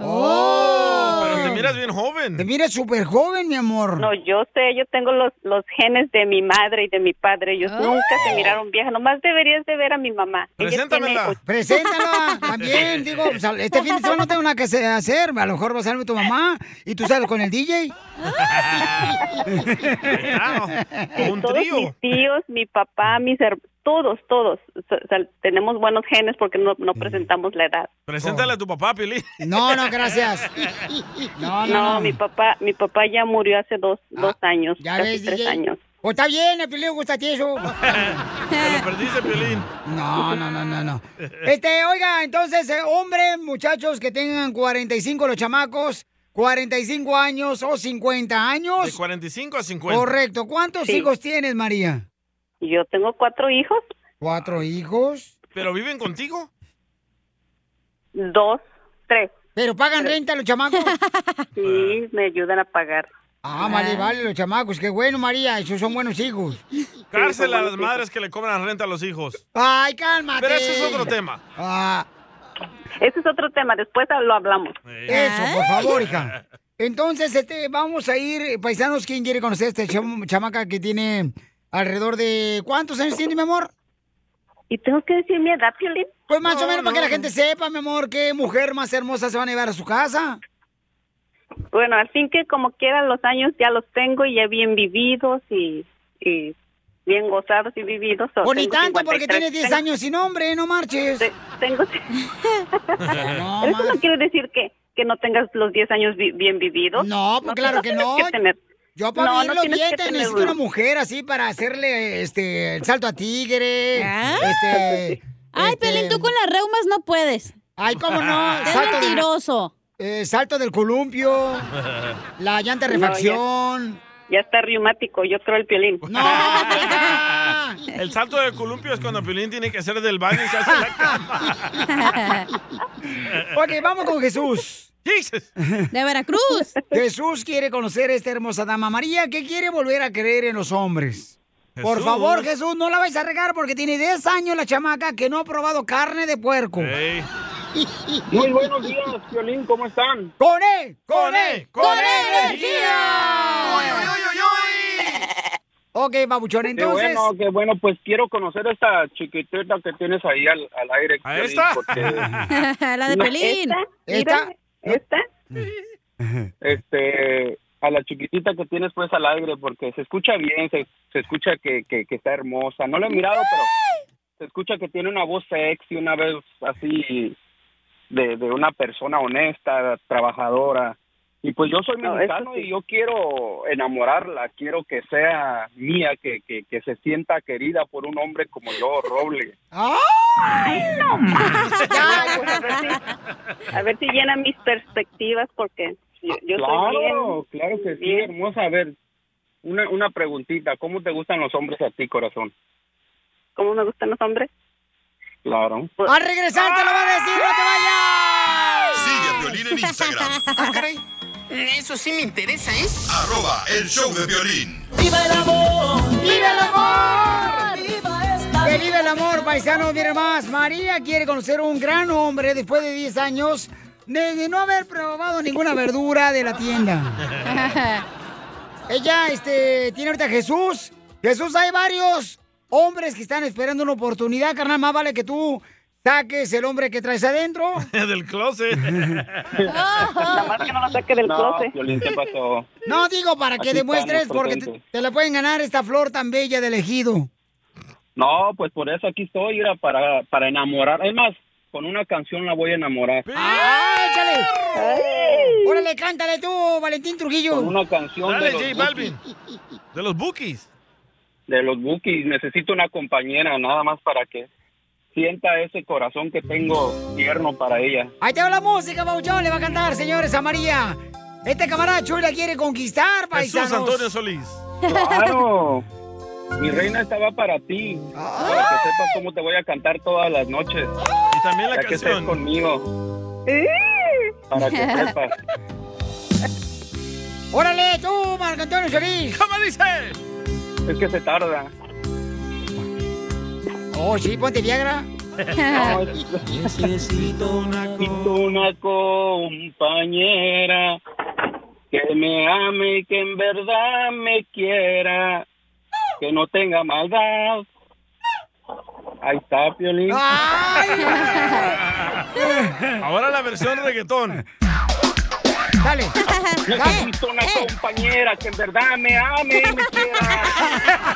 Oh, pero te miras bien joven. Te miras súper joven, mi amor. No, yo sé, yo tengo los, los genes de mi madre y de mi padre. Ellos Ah. nunca se miraron vieja. Nomás deberías de ver a mi mamá. Ella tiene och- [laughs] Preséntala también, digo, o sea, este fin de semana no tengo nada que hacer, a lo mejor va a salir tu mamá y tú sales con el DJ. Sí, Eh, todos mis tíos, mi papá, mis her- todos, todos. O sea, tenemos buenos genes porque no, no presentamos la edad. Preséntale a tu papá, Pili. No, no, [laughs] gracias. No, no, no. Ah, mi papá, mi papá ya murió hace dos, dos años, ya casi ves, tres DJ. años. O está bien, a Piolín le gusta eso. Te lo perdiste, Piolín. No, no, no, no, no. Este, oiga, entonces, eh, hombres, muchachos que tengan 45 los chamacos, 45 años o 50 De años. 45 a 50. Correcto. ¿Cuántos Sí. hijos tienes, María? Yo tengo cuatro hijos. ¿Cuatro hijos? ¿Pero viven contigo? Dos, tres. ¿Pero pagan renta los chamacos? sí, me ayudan a pagar. Ah, vale, vale, los chamacos. Qué bueno, María. Esos son buenos hijos. Cárcel a las madres que le cobran renta a los hijos. Ay, cálmate. Pero ese es otro tema. Ah. Ese es otro tema, después lo hablamos. Eh. Eso, por favor, hija. Entonces, este, vamos a ir, eh, paisanos, ¿quién quiere conocer a esta cham- chamaca que tiene alrededor de... ¿Cuántos años tiene, mi amor? ¿Y tengo que decir mi edad, Piolín? Pues más No, o menos para no. que la gente sepa, mi amor, qué mujer más hermosa se van a llevar a su casa. Bueno, al fin que como quiera los años ya los tengo y ya bien vividos y, y bien gozados y vividos. So, Bueno, ni tengo tanto, porque 53. tiene 10 Tengo- años sin hombre, no marches. [laughs] Tengo... [laughs] Eso no quiere decir que, que no tengas los 10 años vi- bien vividos. No, pues claro que tienes no. tener- Yo para No, no vivirlo tienes bien que te tener necesito uno. una mujer así para hacerle este el salto a tigre. Ah. Este, Ay, Pelín, tú con las reumas no puedes. Ay, cómo no. [laughs] Es Salto del- mentiroso. eh, salto del columpio, la llanta de No, ya- refacción. ya, está reumático, yo creo el piolín. No, El salto de columpio es cuando Piolín tiene que hacer del baño y se hace [laughs] en la cama. Ok, vamos con Jesús. De Veracruz. Jesús quiere conocer a esta hermosa dama María que quiere volver a creer en los hombres. Por Jesús. favor, Jesús, no la vais a regar porque tiene 10 años la chamaca que no ha probado carne de puerco. [laughs] Muy buenos días, Piolín, ¿cómo están? ¡Con él! ¡Con E, él! ¡Con energía! [laughs] Ok, babuchón, Qué entonces. bueno, qué bueno, pues quiero conocer a esta chiquitita que tienes ahí al, al aire. ¿A Piolín, esta? [laughs] porque- la de No, Pelín. ¿Esta? ¿Esta? Este, a la chiquitita que tienes pues al aire, porque se escucha bien, se, se escucha que, que, que está hermosa. No la he mirado, pero se escucha que tiene una voz sexy, una voz así de, de una persona honesta, trabajadora. Y pues yo soy No, eso mexicano sí. y yo quiero enamorarla, quiero que sea mía, que, que, que se sienta querida por un hombre como yo, Roble. ¡Ay, [laughs] no más! a ver si llena mis perspectivas porque yo, yo soy bien... claro, claro que sí, bien. hermosa. A ver, una, una preguntita, ¿cómo te gustan los hombres a ti, corazón? ¿Cómo me gustan los hombres? Claro. Al regresar te lo va a decir, Sigue no te vayas. a Piolín en Instagram. Ah, Eso sí me interesa, ¿eh? Arroba el show de violín. ¡Viva el amor! ¡Viva el amor! Que viva el amor, paisanos, viene más. María quiere conocer un gran hombre después de 10 años de, de no haber probado ninguna verdura de la tienda. Ella, este, tiene ahorita a Jesús. Jesús, hay varios hombres que están esperando una oportunidad, carnal. Más vale que tú saques el hombre que traes adentro. [laughs] [laughs] del closet. Nada más que no la saque del closet. Piolín, ¿qué pasó? No, digo, para que Aquí demuestres, estamos, porque te, presentes. te la pueden ganar esta flor tan bella del ejido. No, pues por eso aquí estoy, era para, para enamorar. Es más, con una canción la voy a enamorar. ¡Ah, échale! ¡Órale, cántale tú, Valentín Trujillo! Con una canción Dale, de los J Balvin. De los Bookies. De los Bookies. Necesito una compañera nada más para que sienta ese corazón que tengo tierno para ella. Ahí te va la música, Pauchón, le va a cantar, señores, a María. Este camarada chulo la quiere conquistar, paisanos. Jesús Antonio Solís. [laughs] Claro. Mi reina estaba para ti, para que sepas cómo te voy a cantar todas las noches. Y también la ya que estés canción. conmigo, para que sepas. [laughs] [laughs] ¡Órale, tú, Marco Antonio Solís! ¿Cómo dice? [laughs] Es que se tarda. Oh, sí, ponte Viagra. No, [laughs] es- Necesito una, compañera que me ame y que en verdad me quiera, que no tenga maldad. Ahí está, Piolín. Ahora la versión reggaetón. [laughs] Dale. Eh. Necesito una compañera que en verdad me ame y me quiera.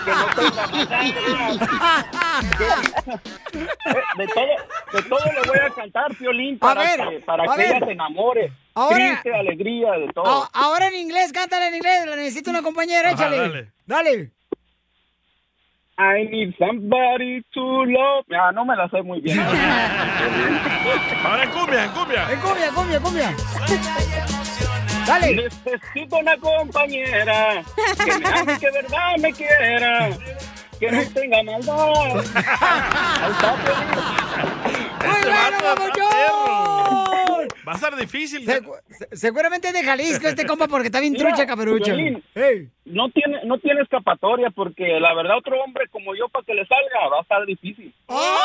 Que no tenga [laughs] maldad. De, de todo, de todo le voy a cantar, Piolín, para ver, que, para a que ella ver. se enamore. Ahora- Ah, Triste, alegría, de todo. A- ahora en inglés, cántala en inglés. La necesito una compañera, Ajá, échale. dale. Dale. I need somebody to love. Ah, no me la sé muy bien. [laughs] Ahora cumbia, cumbia. En Eh, cumbia, cumbia, cumbia. [laughs] Dale. Necesito una compañera que me ame, que de verdad me quiera, que no tenga maldad. Ahí está, Piolín. Este vato está perro. Va a estar difícil. ¿eh? Se- Seguramente es de Jalisco este compa porque [laughs] está bien trucha, caperucho. Piolín, No tiene, no tiene escapatoria porque la verdad otro hombre como yo para que le salga va a estar difícil. ¡Oh!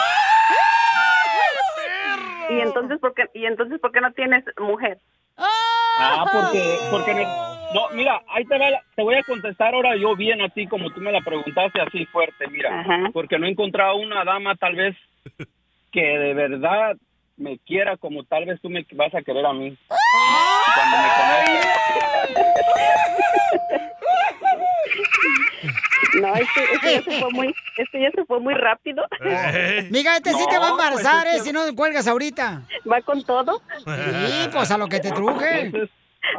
Y entonces, ¿por qué, y entonces, ¿por qué no tienes mujer? Ah, porque, porque me- [laughs] no, mira, ahí te va, la- te voy a contestar ahora yo bien a ti como tú me la preguntaste así fuerte, mira, porque no he encontrado una dama tal vez que de verdad me quiera como tal vez tú me vas a querer a mí. Cuando me conozcas. No, es que, es que ya se fue muy, es que ya se fue [laughs] muy rápido. Miga, este sí te va a No, pues, embarazar, es eh, que- si no cuelgas ahorita. ¿Va con todo? Sí, pues a lo que te truje.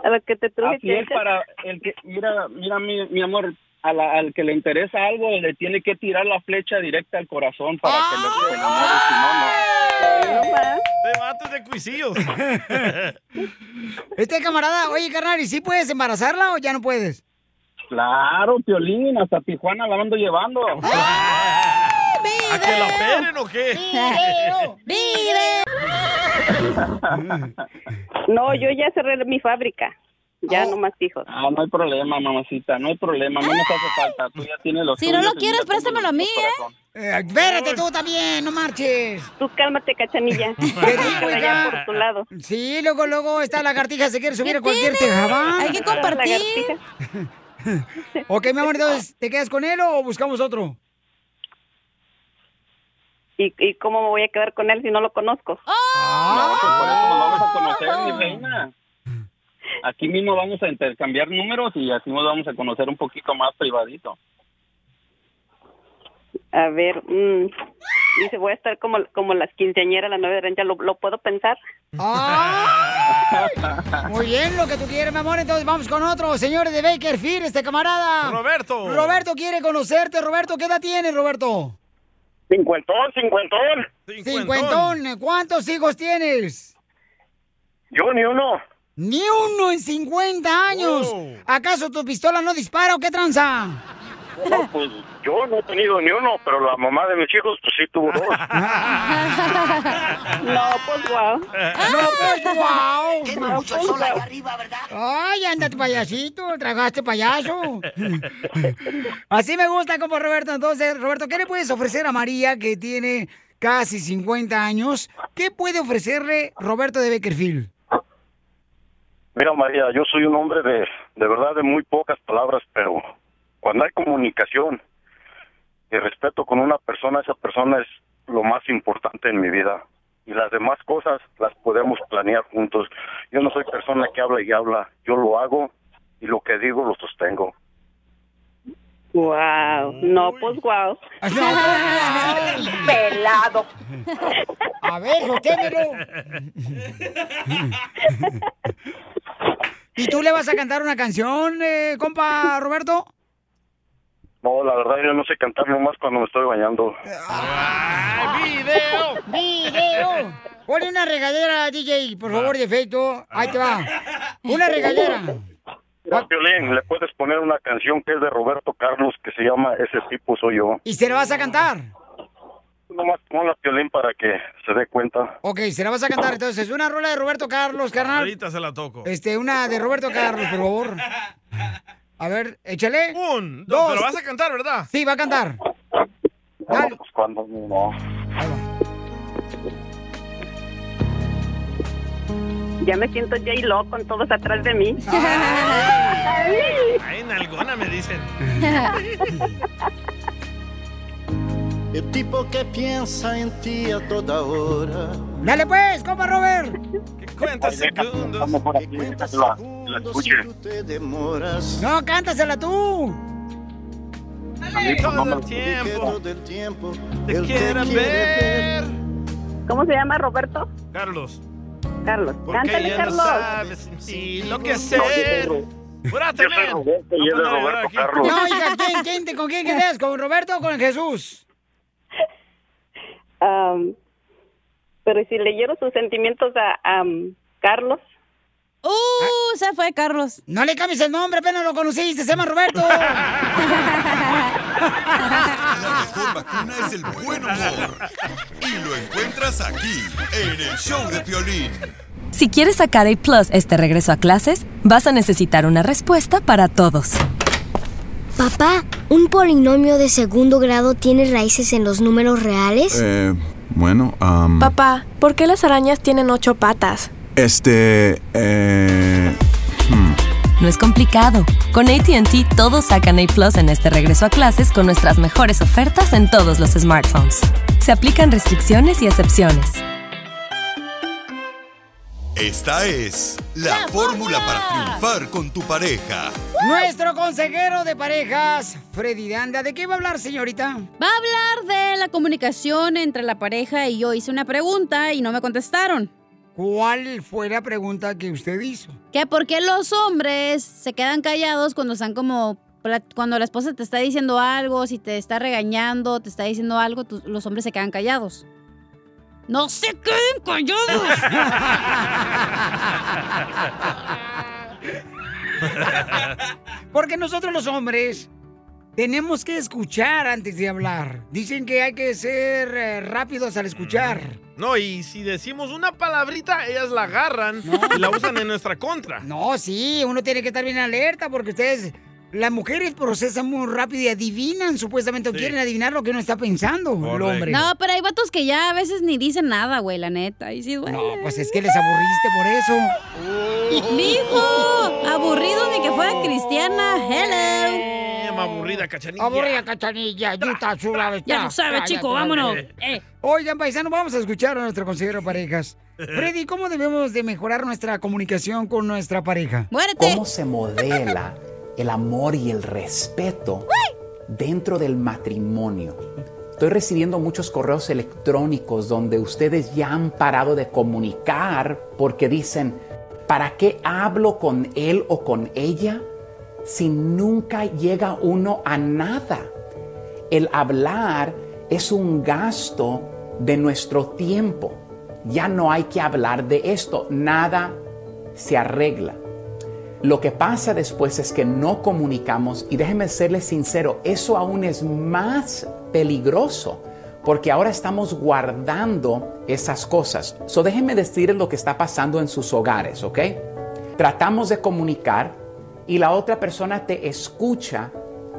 A lo que te truje. [laughs] Así es para el que, mira, mira mi, mi amor, a la- al que le interesa algo le tiene que tirar la flecha directa al corazón para que lo- se enamore, si no, no. Te [laughs] mates de cuisillos. [laughs] Este camarada, oye, carnal, ¿y sí puedes embarazarla o ya no puedes? Claro, Piolín, hasta Tijuana la ando llevando. ¡Ah, ¿A que la operen o qué? No, yo ya cerré mi fábrica. Ya Oh. no más hijos. Ah, no hay problema, mamacita, no hay problema, no nos hace falta, tú ya tienes los Si no tuyos lo y quieres, yo tengo préstamelo a los mí, míos, ¿eh? corazón. Espérate tú también, no marches. Tú cálmate, [laughs] cachanilla. Te digo ya. Búscala ya por tu lado. Sí, luego, luego está la cartija, se quiere subir a cualquier tiene? tejabán. Hay que compartir. [laughs] ok, mi amor, entonces, ¿te quedas con él o buscamos otro? ¿Y, ¿Y cómo me voy a quedar con él si no lo conozco? Oh. No, Ah. pues por eso nos vamos a conocer, mi reina. Aquí mismo vamos a intercambiar números y así nos vamos a conocer un poquito más privadito. A ver, mm, dice, voy a estar como, como las quinceañeras, la nueve de rancha, ¿lo, lo puedo pensar? Muy bien, lo que tú quieres, mi amor. Entonces vamos con otro, señores de Bakerfield, este camarada. Roberto. Roberto quiere conocerte, Roberto. ¿Qué edad tienes, Roberto? Cincuentón, cincuentón. Cincuentón. ¿Cuántos hijos tienes? Yo ni uno. Ni uno en 50 años. ¿Acaso tu pistola no dispara o qué tranza? [laughs] No, pues yo no he tenido ni uno, pero la mamá de mis hijos pues sí [laughs] tuvo dos. [laughs] No, pues [laughs] wow. No, pues wow. Quema mucho el sol allá arriba, ¿verdad? Ay, anda tu payasito, tragaste payaso. Así me gusta como Roberto. Entonces, Roberto, ¿qué le puedes ofrecer a María que tiene casi 50 años? ¿Qué puede ofrecerle Roberto de Beckerfield? Mira, María, yo soy un hombre de, de verdad de muy pocas palabras, pero cuando hay comunicación y respeto con una persona, esa persona es lo más importante en mi vida. Y las demás cosas las podemos planear juntos. Yo no soy persona que habla y habla, yo lo hago y lo que digo lo sostengo. Wow, no, pues wow. [laughs] Pelado. A ver, [laughs] sosténelo. ¿Y tú le vas a cantar una canción, eh, compa Roberto? No, la verdad yo no sé cantar nomás cuando me estoy bañando. ¡Video! ¡Video! Ponle una regadera, DJ, por favor, de efecto. Ahí te va. Una regadera. Mira, Piolín, le puedes poner una canción que es de Roberto Carlos que se llama Ese tipo soy yo. ¿Y se la vas a cantar? Nomás ponla Piolín para que se dé cuenta. Ok, se la vas a cantar entonces. Una rola de Roberto Carlos, carnal. Ahorita se la toco. Este, una de Roberto Carlos, por favor. A ver, échale. Un, dos. Pero vas a cantar, ¿verdad? Sí, va a cantar. No, pues cuando no. Ya me siento J Lo con todos atrás de mí. Ay, nalgona me dicen. El tipo que piensa en ti a toda hora. Dale pues, compa Robert. Cuentas segundos. Vamos por aquí. La, la escuche. Te demoras. No, cántasela tú. pues, Todo el tiempo. Del tiempo. Te él quiero ver. ¿Cómo se llama Roberto? Carlos. Carlos. Porque Cántale, ya Carlos. no sabes si lo que sé. ¡Púrate, Yo soy pues, Roberto y él es Roberto Carlos. No, hija, ¿quién, quién te- ¿con quién quedas? ¿Con Roberto o con Jesús? Am, pero si leyeron sus sentimientos a am, Carlos. Oh, ¡Uh! Se fue Carlos. No le cambies el nombre, apenas lo conociste, se llama [laughs] Roberto. mejor vacuna es el buen humor. Y lo encuentras aquí, en el show de Piolín. Si quieres sacar A Plus este regreso a clases, vas a necesitar una respuesta para todos. Papá, ¿un polinomio de segundo grado tiene raíces en los números reales? Eh, bueno, mm. am, Papá, ¿por qué las arañas tienen ocho patas? este, eh, hmm. No es complicado. Con ATT todos sacan A Plus en este regreso a clases con nuestras mejores ofertas en todos los smartphones. Se aplican restricciones y excepciones. Esta es la, fórmula para triunfar con tu pareja. Nuestro consejero de parejas, Freddy de Anda. ¿De qué va a hablar, señorita? Va a hablar de la comunicación entre la pareja y yo hice una pregunta y no me contestaron. ¿Cuál fue la pregunta que usted hizo? Que por qué los hombres se quedan callados cuando están como pla- cuando la esposa te está diciendo algo, si te está regañando, te está diciendo algo, tú- los hombres se quedan callados. No se queden Porque nosotros los hombres tenemos que escuchar antes de hablar. Dicen que hay que ser eh, rápidos al escuchar. Mm. No, y si decimos una palabrita, ellas la agarran y la usan en nuestra contra. No, sí, uno tiene que estar bien alerta porque ustedes, las mujeres procesan muy rápido y adivinan supuestamente o quieren adivinar lo que uno está pensando, el hombre. No, pero hay vatos que ya a veces ni dicen nada, güey, la neta. Y sí, güey. No, pues es que les aburriste por eso. Mijo, aburrido ni que fuera cristiana. Hello. aburrida, cachanilla. Aburrida, cachanilla. Yuta, chula, de Ya tra, lo sabe, tra, chico, tra, tra. vámonos. Eh. Oigan, paisano, vamos a escuchar a nuestro consejero [laughs] parejas. Freddy, ¿cómo debemos de mejorar nuestra comunicación con nuestra pareja? ¿Cómo se modela el amor y el respeto dentro del matrimonio? Estoy recibiendo muchos correos electrónicos donde ustedes ya han parado de comunicar porque dicen, ¿para qué hablo con él o con ella si nunca llega uno a nada? El hablar es un gasto de nuestro tiempo. Ya no hay que hablar de esto. Nada se arregla. Lo que pasa después es que no comunicamos y déjenme serles sincero, eso aún es más peligroso porque ahora estamos guardando esas cosas. So déjenme decirles lo que está pasando en sus hogares, ¿ok? Tratamos de comunicar y la otra persona te escucha,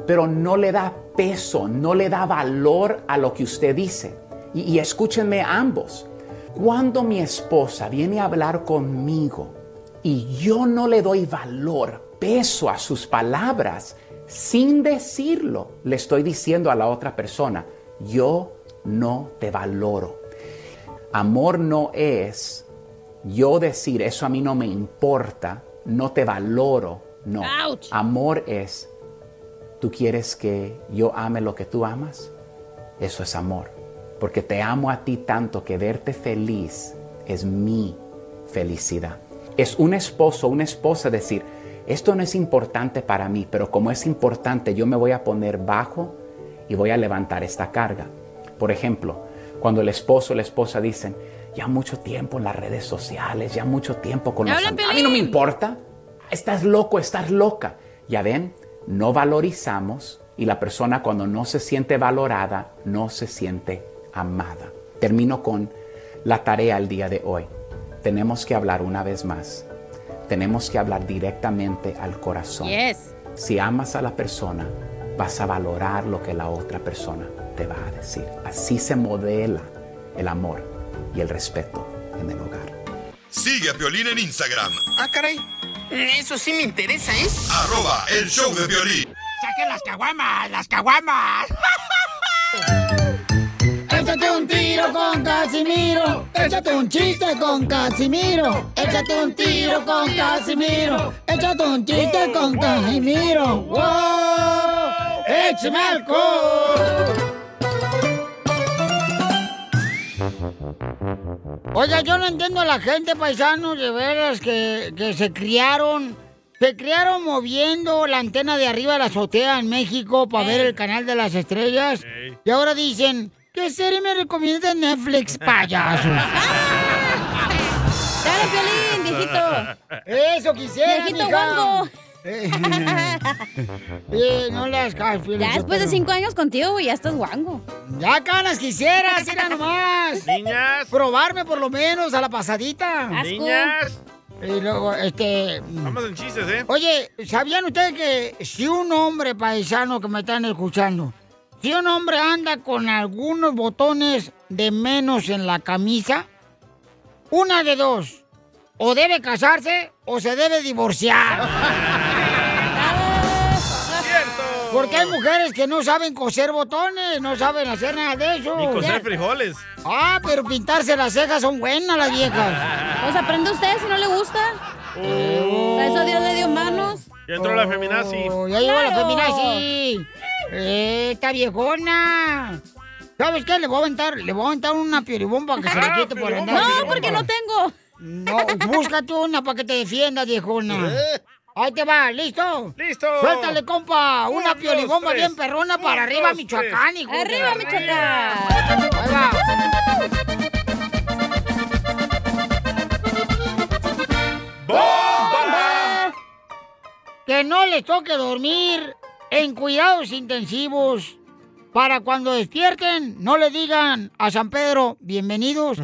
pero no le da peso, no le da valor a lo que usted dice. Y, y escúchenme ambos. Cuando mi esposa viene a hablar conmigo, y yo no le doy valor, peso a sus palabras, sin decirlo, le estoy diciendo a la otra persona, yo no te valoro. Amor no es yo decir, eso a mí no me importa, no te valoro, no. Ouch. Amor es, tú quieres que yo ame lo que tú amas, eso es amor. Porque te amo a ti tanto que verte feliz es mi felicidad. Es un esposo, una esposa decir, esto no es importante para mí, pero como es importante, yo me voy a poner bajo y voy a levantar esta carga. Por ejemplo, cuando el esposo o la esposa dicen, ya mucho tiempo en las redes sociales, ya mucho tiempo con los Habla, amigos. A mí no me importa. Estás loco, estás loca. Ya ven, no valorizamos y la persona cuando no se siente valorada, no se siente amada. Termino con la tarea el día de hoy. Tenemos que hablar una vez más. Tenemos que hablar directamente al corazón. Yes. Si amas a la persona, vas a valorar lo que la otra persona te va a decir. Así se modela el amor y el respeto en el hogar. Sigue a Piolín en Instagram. Ah, caray. Eso sí me interesa, ¿eh? Arroba el show de Piolín. ¡Saquen las caguamas! ¡Las caguamas! [laughs] Échate un tiro con Casimiro. Échate un chiste con Casimiro. Échate un tiro con Casimiro. Échate un chiste con Casimiro. ¡Wow! ¡Échame alcohol! Oiga, yo no entiendo a la gente, paisanos, de veras, que, que se criaron. Se criaron moviendo la antena de arriba de la azotea en México para ver el canal de las estrellas. Y ahora dicen, ¿qué serie me recomienda Netflix, payasos? [laughs] ¡Dale, Piolín, viejito! Eso quisiera, Viejito mija. [laughs] guango. Eh, no las Ya después de cinco años contigo, güey, ya estás guango. Ya canas quisieras, era nomás. Niñas. Probarme por lo menos a la pasadita. Asco. Niñas. Y luego, este. Vamos en chistes, ¿eh? Oye, ¿sabían ustedes que si un hombre paisano que me están escuchando, si un hombre anda con algunos botones de menos en la camisa, una de dos, o debe casarse o se debe [laughs] divorciar. Porque hay mujeres que no saben coser botones, no saben hacer nada de eso. Y coser frijoles. Ah, pero pintarse las cejas son buenas las viejas. Pues aprende usted si no le gusta. Para eso Dios le dio manos. Ya entró la feminazi. Oh, ya llegó la feminazi. Eh, ¡Esta viejona! ¿Sabes qué? Le voy a aventar, le voy a aventar una pioribomba que se Ah, le quite por andar. No, porque no tengo. No, búscate una para que te defiendas, viejona. Ahí te va, ¿listo? ¿Eh? ¡Listo! Suéltale, compa, una dos, piolibomba tres. bien perrona para Un, arriba, dos, Michoacán, tres. hijo de ¡Arriba, la- Michoacán! Ahí va. ¡Bomba! Que no les toque dormir en cuidados intensivos. Para cuando despierten, no le digan a San Pedro, bienvenidos. [laughs] Se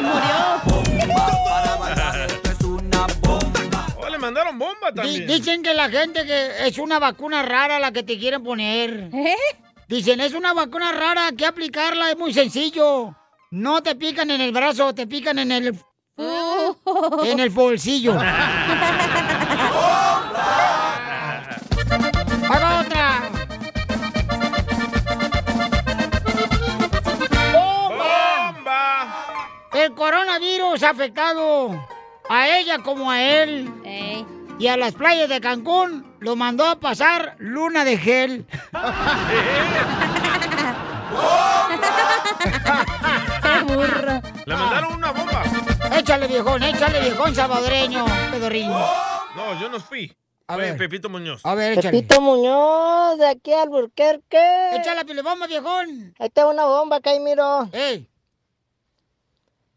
murió. [laughs] ¡Oh, le mandaron bomba Di- también! dicen que la gente que es una vacuna rara la que te quieren poner. Dicen, es una vacuna rara, que aplicarla es muy sencillo. No te pican en el brazo, te pican en el... [laughs] En el bolsillo. Ahí va otra. ¡Bomba! El coronavirus ha afectado a ella como a él. Y a las playas de Cancún lo mandó a pasar luna de gel. burro. Le mandaron una bomba. Échale viejón, échale viejón salvadoreño, pedorrín. No, yo no fui. A Fue ver. Pepito Muñoz. A ver, échale. Muñoz, de aquí al Burquerque. Échale la bomba, viejón. Ahí está una bomba, Caimiro. ¡Ey!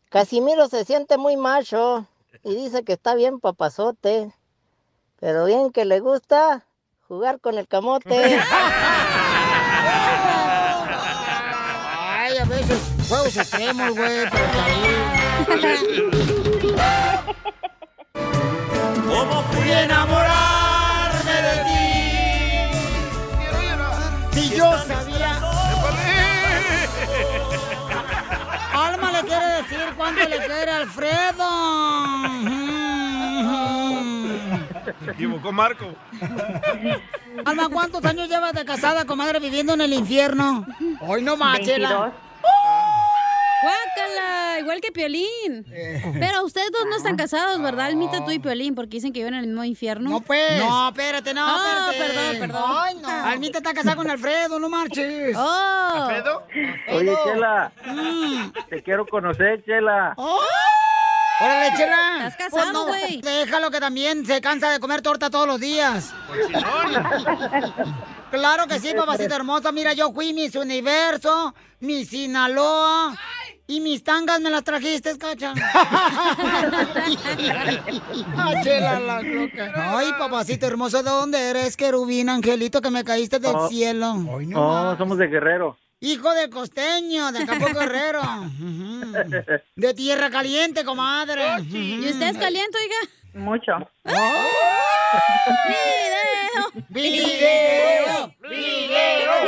Casimiro se siente muy macho y dice que está bien papazote, pero bien que le gusta jugar con [laughs] el camote. Ay, a veces juegos extremos, güey. ¿Cómo fui a enamorarme de ti? Si yo sabía. Alma le quiere decir cuánto le quiere a Alfredo. Se equivocó Marco. Alma, ¿cuántos años llevas de casada, comadre, viviendo en el infierno? Hoy no machela. 22. Guácala, igual que Piolín. Eh. Pero ustedes dos no están casados, ¿verdad? Almita, tú y Piolín, porque dicen que viven en el mismo infierno. No, pues. No, espérate, no, Ah, perdón, espérate. perdón. Ay, no. Almita está casada con Alfredo, no marches. Oh. ¿Alfredo? Oye, Chela, Mm. te quiero conocer, Chela. ¡Oh! ¡Órale, Chela! Estás casado, Pues no, güey. déjalo que también se cansa de comer torta todos los días. claro que sí, papacita hermosa. Mira, yo fui mis Universo, mis Sinaloa y mis tangas me las trajiste, [laughs] cacha. Ah, Chela, la loca. Ay, papacito hermoso, ¿de dónde eres, querubín, angelito, que me caíste del Oh. cielo? Oh. No, somos de Guerrero. Hijo del costeño, de Acapulco Herrero. Ujú. De tierra caliente, Oh, comadre. ¿Y usted es caliente, oiga? Oh. Mucho. Mira, video. ¡Video!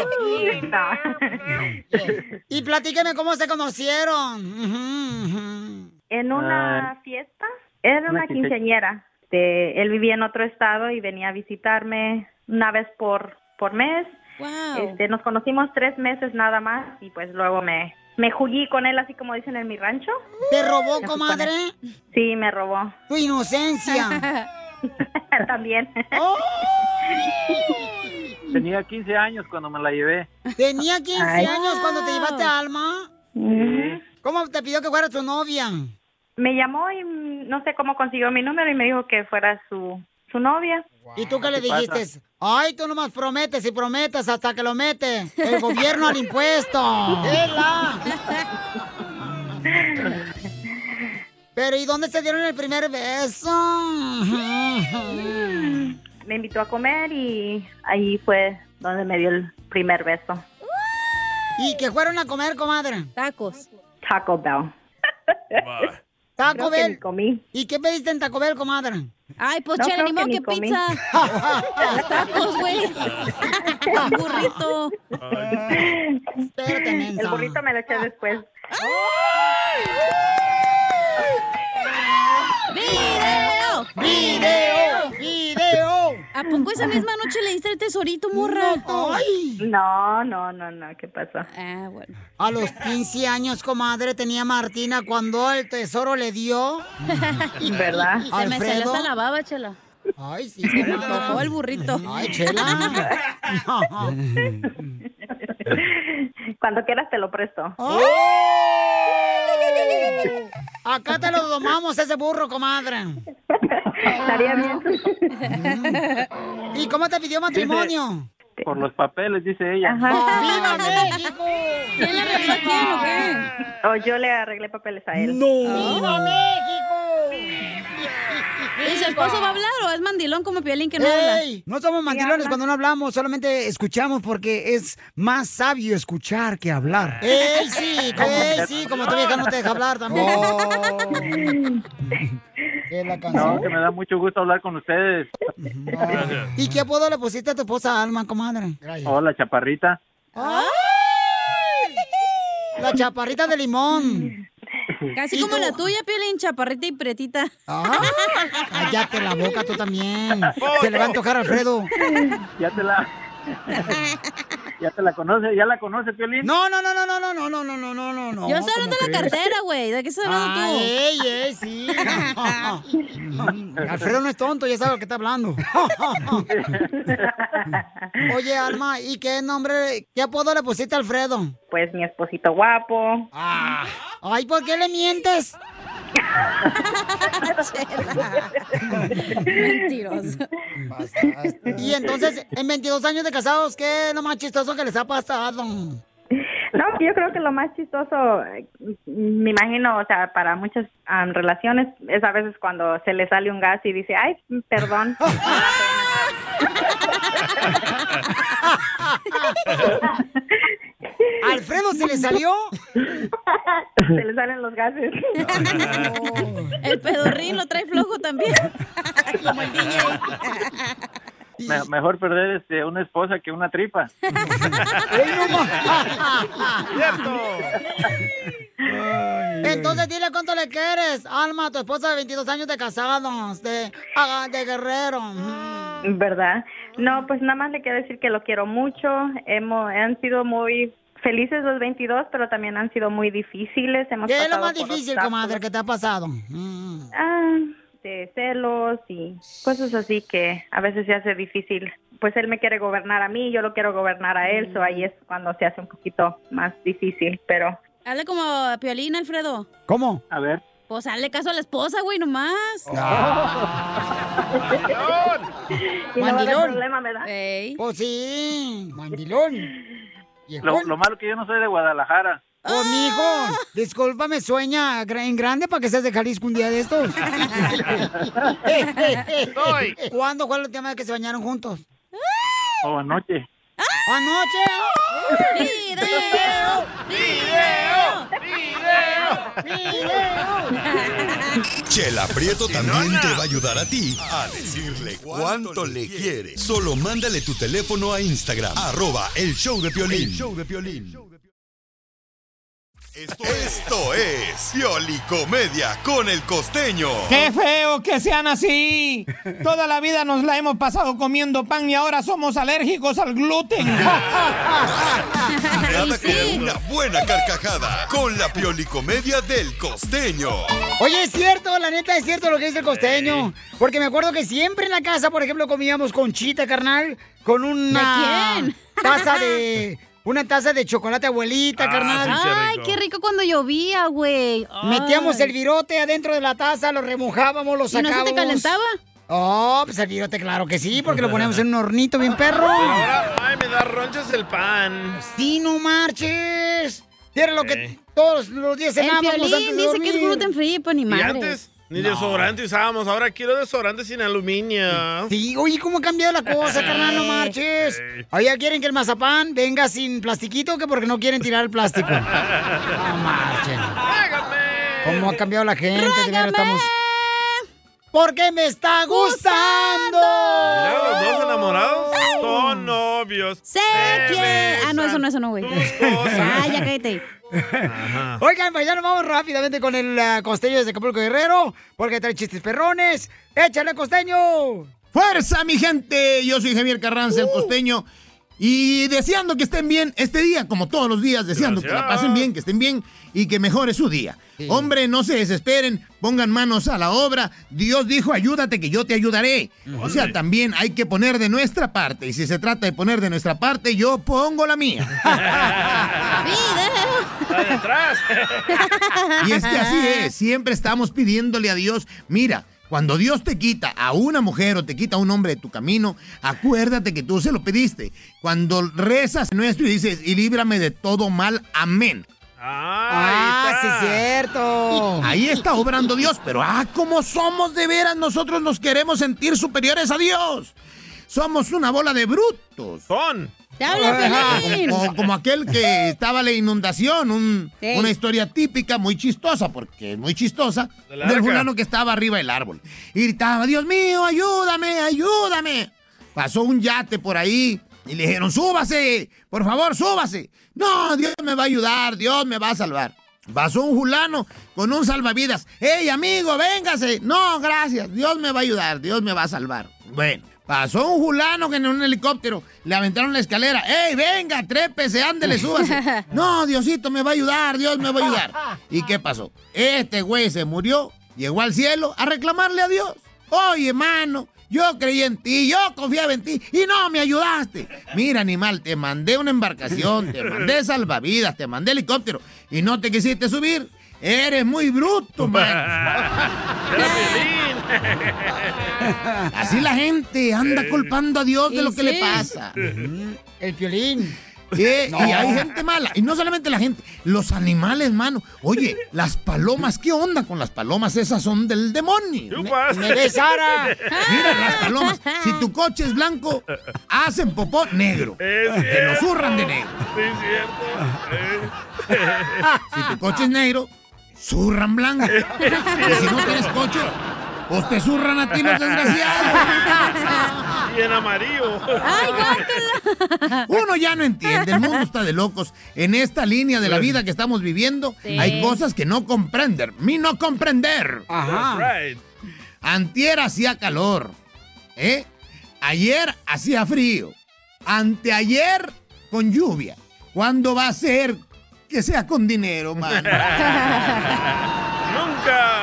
Y platíqueme cómo se conocieron. En una fiesta, era Ah, Una una quince- quinceañera. Este, él vivía en otro estado y venía a visitarme una vez por, por mes. Wow. Este, nos conocimos tres meses nada más y pues luego me, me jugué con él, así como dicen en mi rancho. ¿Te robó, Me jugué con comadre? él. Sí, me robó. Tu inocencia. [laughs] [laughs] Oh, También. Tenía 15 años cuando me la llevé. Tenía 15 Ay. años cuando te llevaste a Alma. Eh, ¿Cómo te pidió que fuera tu novia? Me llamó y mm, no sé cómo consiguió mi número y me dijo que fuera su, su novia. ¿Y tú qué le ¿Qué pasa? dijiste? Ay, tú nomás prometes y prometes hasta que lo mete el gobierno al impuesto. ¡Ela! [laughs] Pero ¿y dónde se dieron el primer beso? Mm, Me invitó a comer y ahí fue donde me dio el primer beso. [laughs] ¿Y qué fueron a comer, comadre? Tacos. Taco Bell. Taco Creo que Bell. ni comí. ¿Y qué pediste en Taco Bell, comadre? Ay, pues No, chela, creo ni modo que ni que comí. pizza. [laughs] Los tacos, güey. Un [laughs] burrito. El burrito me lo eché después. ¡Video! ¡Oh! ¡Video! ¡Video! ¿A poco esa misma noche le diste el tesorito, morra? No, no, no, no, ¿qué pasó? Ah, bueno. A los 15 años, comadre, tenía Martina cuando el tesoro le dio. [laughs] ¿Verdad? Se me salió hasta la baba, chela. Ay, sí. Se me antojó el burrito. Ay, chela. Ah. [laughs] Cuando quieras te lo presto. ¡Oh! ¡Oh! Acá te lo domamos ese burro, comadre. Estaría pues. bien. Mm. ¿Y cómo te pidió matrimonio? Por los papeles, dice ella. ¡Viva México! ¿Quién le arregló a quién o qué? O yo le arreglé papeles a él. ¡Viva México! ¿Y su esposo va a hablar o es mandilón como Piolín que no Ey, habla? no somos mandilones cuando no hablamos, solamente escuchamos porque es más sabio escuchar [laughs] que hablar. ¡Ey, sí! [laughs] ¡Ey, sí! Como tu vieja no te deja hablar también. [laughs] Es la No, canción. que me da mucho gusto hablar con ustedes. ¿Y qué apodo le pusiste a tu esposa Alma, comadre? Hola, chaparrita. ¡Ay! La chaparrita de limón. Casi ¿Y como tú? la tuya, Piolín, chaparrita y pretita. Ah, Cállate la boca tú también. Oh, Se le va a antojar a [laughs] Alfredo. Ya te la. Ya te la conoce, ya la conoce, Piolín. No, no, no, no, no, no, no, no, no, no, no, no, no. Yo solo de la cartera, güey. ¿De qué estás hablando tú? Ay, ey, ey, sí. Alfredo no es tonto, ya sabe lo que [laughs] está hablando. Oye, Alma, ¿y qué nombre, qué apodo le pusiste a Alfredo? Pues mi esposito guapo. Ah. Ay, ¿por qué le mientes? Mentiroso. [laughs] Y entonces, en 22 años de casados, ¿qué es lo más chistoso que les ha pasado? No, yo creo que lo más chistoso, eh, me imagino, o sea, para muchas am, relaciones es a veces cuando se le sale un gas y dice, ay, perdón. ¿Alfredo se le salió? se le [laughs] salen los [laughs] gases. El pedorrín lo trae flojo también. como el DJ. Me- mejor perder este, una esposa que una tripa. [laughs] Entonces dile cuánto le quieres, Alma, tu esposa de 22 años de casados, de, ah, de guerrero. ¿Verdad? No, pues nada más le quiero decir que lo quiero mucho. Hemos, han sido muy felices los 22, pero también han sido muy difíciles. Hemos ¿Qué es lo pasado más por difícil, obstáculos. comadre, que te ha pasado? Ah, de celos y cosas así que a veces se hace difícil. Pues él me quiere gobernar a mí, yo lo quiero gobernar a él, so Mm. ahí es cuando se hace un poquito más difícil, pero Hazle como Piolín, Alfredo. ¿Cómo? A ver. Pues hazle caso a la esposa, güey, nomás. Ah. Y no va a haber Mandilón. problema, ¿verdad? Pues sí, mandilón. Lo, lo malo que yo no soy de Guadalajara. Conmigo, Ah. discúlpame, sueña gra- en grande para que seas de Jalisco un día de estos. Soy. [laughs] ¿Cuándo fue el tema que se bañaron juntos? O anoche. Ah. ¡Anoche! ¡Video! ¡Video! ¡Video! Chela Prieto también te va a ayudar a ti a decirle cuánto le quiere. Solo mándale tu teléfono a Instagram, arroba el show de Piolín. El show de Esto, esto es Piolicomedia con el costeño. ¡Qué feo que sean así! Toda la vida nos la hemos pasado comiendo pan y ahora somos alérgicos al gluten. Nada como una buena carcajada con la Piolicomedia del costeño. Oye, es cierto, la neta es cierto lo que dice el costeño. Porque me acuerdo que siempre en la casa, por ejemplo, comíamos conchita, carnal, con una ¿De quién? [laughs] taza de. Una taza de chocolate abuelita, carnal. Ay, qué rico cuando llovía, güey. Metíamos el virote adentro de la taza, lo remojábamos, ¿Y lo no se te sacábamos. calentaba? Oh, pues el virote, claro que sí, porque lo poníamos en un hornito bien perro. Ahora, ay, me da ronchas el pan. ¡Sí, no marches! Era lo que todos los días El cenábamos Piolín antes de dice que es dormir. gluten free, pues ni Y madres. antes ni desodorante usábamos, ahora quiero desodorante sin aluminio. Sí, oye, ¿cómo ha cambiado la cosa, carnal? No marches. Ahí ya quieren que el mazapán venga sin plastiquito, que porque no quieren tirar el [laughs] plástico. No marchen. ¿Cómo ha cambiado la gente? De veras, estamos... Porque me está gustando. Mira, los dos enamorados son novios. Sé Eh, que... Ah, no, eso no, eso no, güey. [laughs] Ah, ya cállate. Oigan, pues ya nos vamos rápidamente con el eh, costeño desde Acapulco Guerrero, porque trae chistes perrones. ¡Échale, costeño! ¡Fuerza, mi gente! Yo soy Javier Carranza, el costeño. Y deseando que estén bien este día, como todos los días, deseando que la pasen bien, que estén bien y que mejore su día. Hombre, no se desesperen, pongan manos a la obra. Dios dijo, ayúdate que yo te ayudaré. O sea, también hay que poner de nuestra parte. Y si se trata de poner de nuestra parte, yo pongo la mía. La de atrás. Y es que así es, siempre estamos pidiéndole a Dios, mira, cuando Dios te quita a una mujer o te quita a un hombre de tu camino, acuérdate que tú se lo pediste. Cuando rezas nuestro y dices, y líbrame de todo mal, amén. Ah, sí, cierto. Ahí está obrando Dios, pero ah, como somos de veras, nosotros nos queremos sentir superiores a Dios. Somos una bola de brutos. Son. Te habla, Piolín. como, como aquel [laughs] que estaba la inundación, un- Sí. una historia típica muy chistosa, porque es muy chistosa, Del del arca. fulano que estaba arriba del árbol. Y gritaba, Dios mío, ayúdame, ayúdame. Pasó un yate por ahí y le dijeron, súbase, por favor, súbase. No, Dios me va a ayudar, Dios me va a salvar. Pasó un fulano con un salvavidas. ¡Ey, amigo, véngase! No, gracias, Dios me va a ayudar, Dios me va a salvar. Bueno, pasó un fulano que en un helicóptero le aventaron la escalera. ¡Ey, venga, trépese, ándele, súbase! No, Diosito me va a ayudar, Dios me va a ayudar. ¿Y qué pasó? Este güey se murió, llegó al cielo a reclamarle a Dios. Oye, hermano, yo creí en ti, yo confiaba en ti y no me ayudaste. Mira, animal, te mandé una embarcación, [laughs] te mandé salvavidas, te mandé helicóptero y no te quisiste subir. Eres muy [laughs] bruto, man. Así la gente anda culpando a Dios de Y lo que sí. le pasa. El violín. Y hay gente mala. Y no solamente la gente, los animales, mano. Oye, las palomas, ¿qué onda con las palomas? Esas son del demonio. Chupas. me besara. Mira, las palomas. Si tu coche es blanco, hacen popó negro. Te lo zurran de negro. Sí, es cierto. Si tu coche es negro, zurran blanco. Y si no tienes coche, pues te zurran a ti los [laughs] desgraciados. Y en amarillo. [laughs] Uno ya no entiende, el mundo está de locos. En esta línea de la vida que estamos viviendo, Sí. hay cosas que no comprender. Mi no comprender. That's right. Antier hacía calor. ¿eh? Ayer hacía frío. Anteayer con lluvia. ¿Cuándo va a ser que sea con dinero, [laughs] mano? Nunca.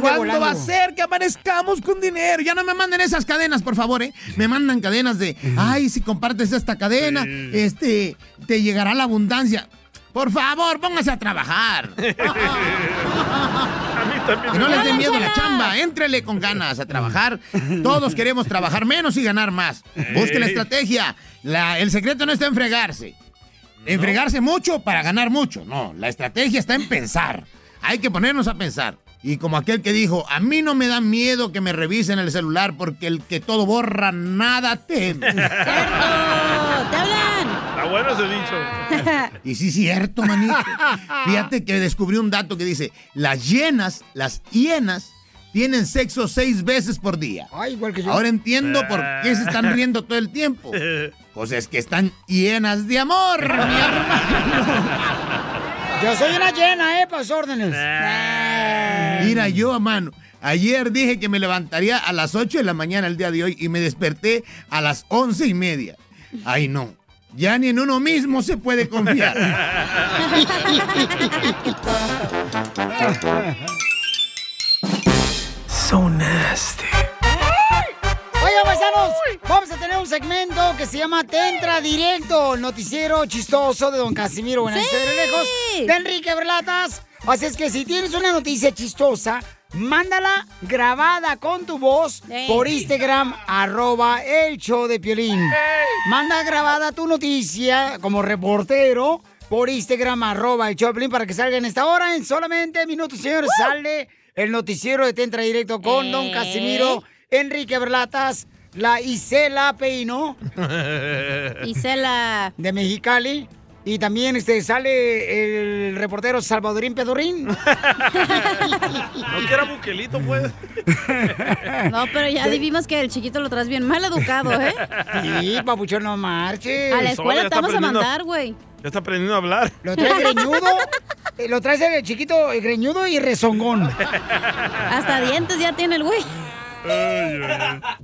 ¿Cuándo va a ser que amanezcamos con dinero? Ya no me manden esas cadenas, por favor, ¿eh? Me mandan cadenas de, ay, si compartes esta cadena, este, te llegará la abundancia. Por favor, póngase a trabajar. A mí también. Que no les dé miedo Chela. la chamba, éntrele con ganas a trabajar. Todos queremos trabajar menos y ganar más. Busque la Ey. estrategia. La- el secreto no está en fregarse. En fregarse mucho para ganar mucho. No, la estrategia está en pensar. Hay que ponernos a pensar. Y como aquel que dijo, a mí no me da miedo que me revisen el celular [laughs] porque el que todo borra, nada teme. ¡Te hablan! La bueno ese dicho. [laughs] Y sí, cierto, [laughs] manito. Fíjate que descubrí un dato que dice, las hienas, las hienas, tienen sexo seis veces por día. Ahora entiendo por qué se [laughs] están riendo todo el tiempo. Pues es que están llenas de amor, mi hermano. Yo soy una llena, ¿eh? Para sus órdenes. Ah. Mira, yo, mano, ayer dije que me levantaría a las 8 de la mañana el día de hoy y me desperté a las once y media. Ay, no. Ya ni en uno mismo se puede confiar. So nasty. Oigan, paisanos, vamos a tener un segmento que se llama Te entra directo, el noticiero chistoso de Don Casimiro Buenaventura de Lejos, de Enrique Berlatas. Así es que si tienes una noticia chistosa, mándala grabada con tu voz por Instagram, arroba el show de Piolín. Manda grabada tu noticia como reportero por Instagram, arroba el show de Piolín, para que salga en esta hora, en solamente minutos, señores, sale el noticiero de Te entra directo con Don Ey. Casimiro. ¿Eh? Enrique Berlatas, la Isela Peino Isela. de Mexicali. Y también este, sale el reportero Salvadorín Pedorrín. No que era buquelito, pues. eh. No, pero Eh. ya vimos que el chiquito lo traes bien mal educado, [laughs] ¿eh? Sí, papuchón, no marches. A la escuela Sol, ya te está vamos a aprendiendo. mandar, güey. Ya está aprendiendo a hablar. Lo traes greñudo. eh, Lo traes el chiquito eh, greñudo y rezongón. Hasta dientes ya tiene el güey.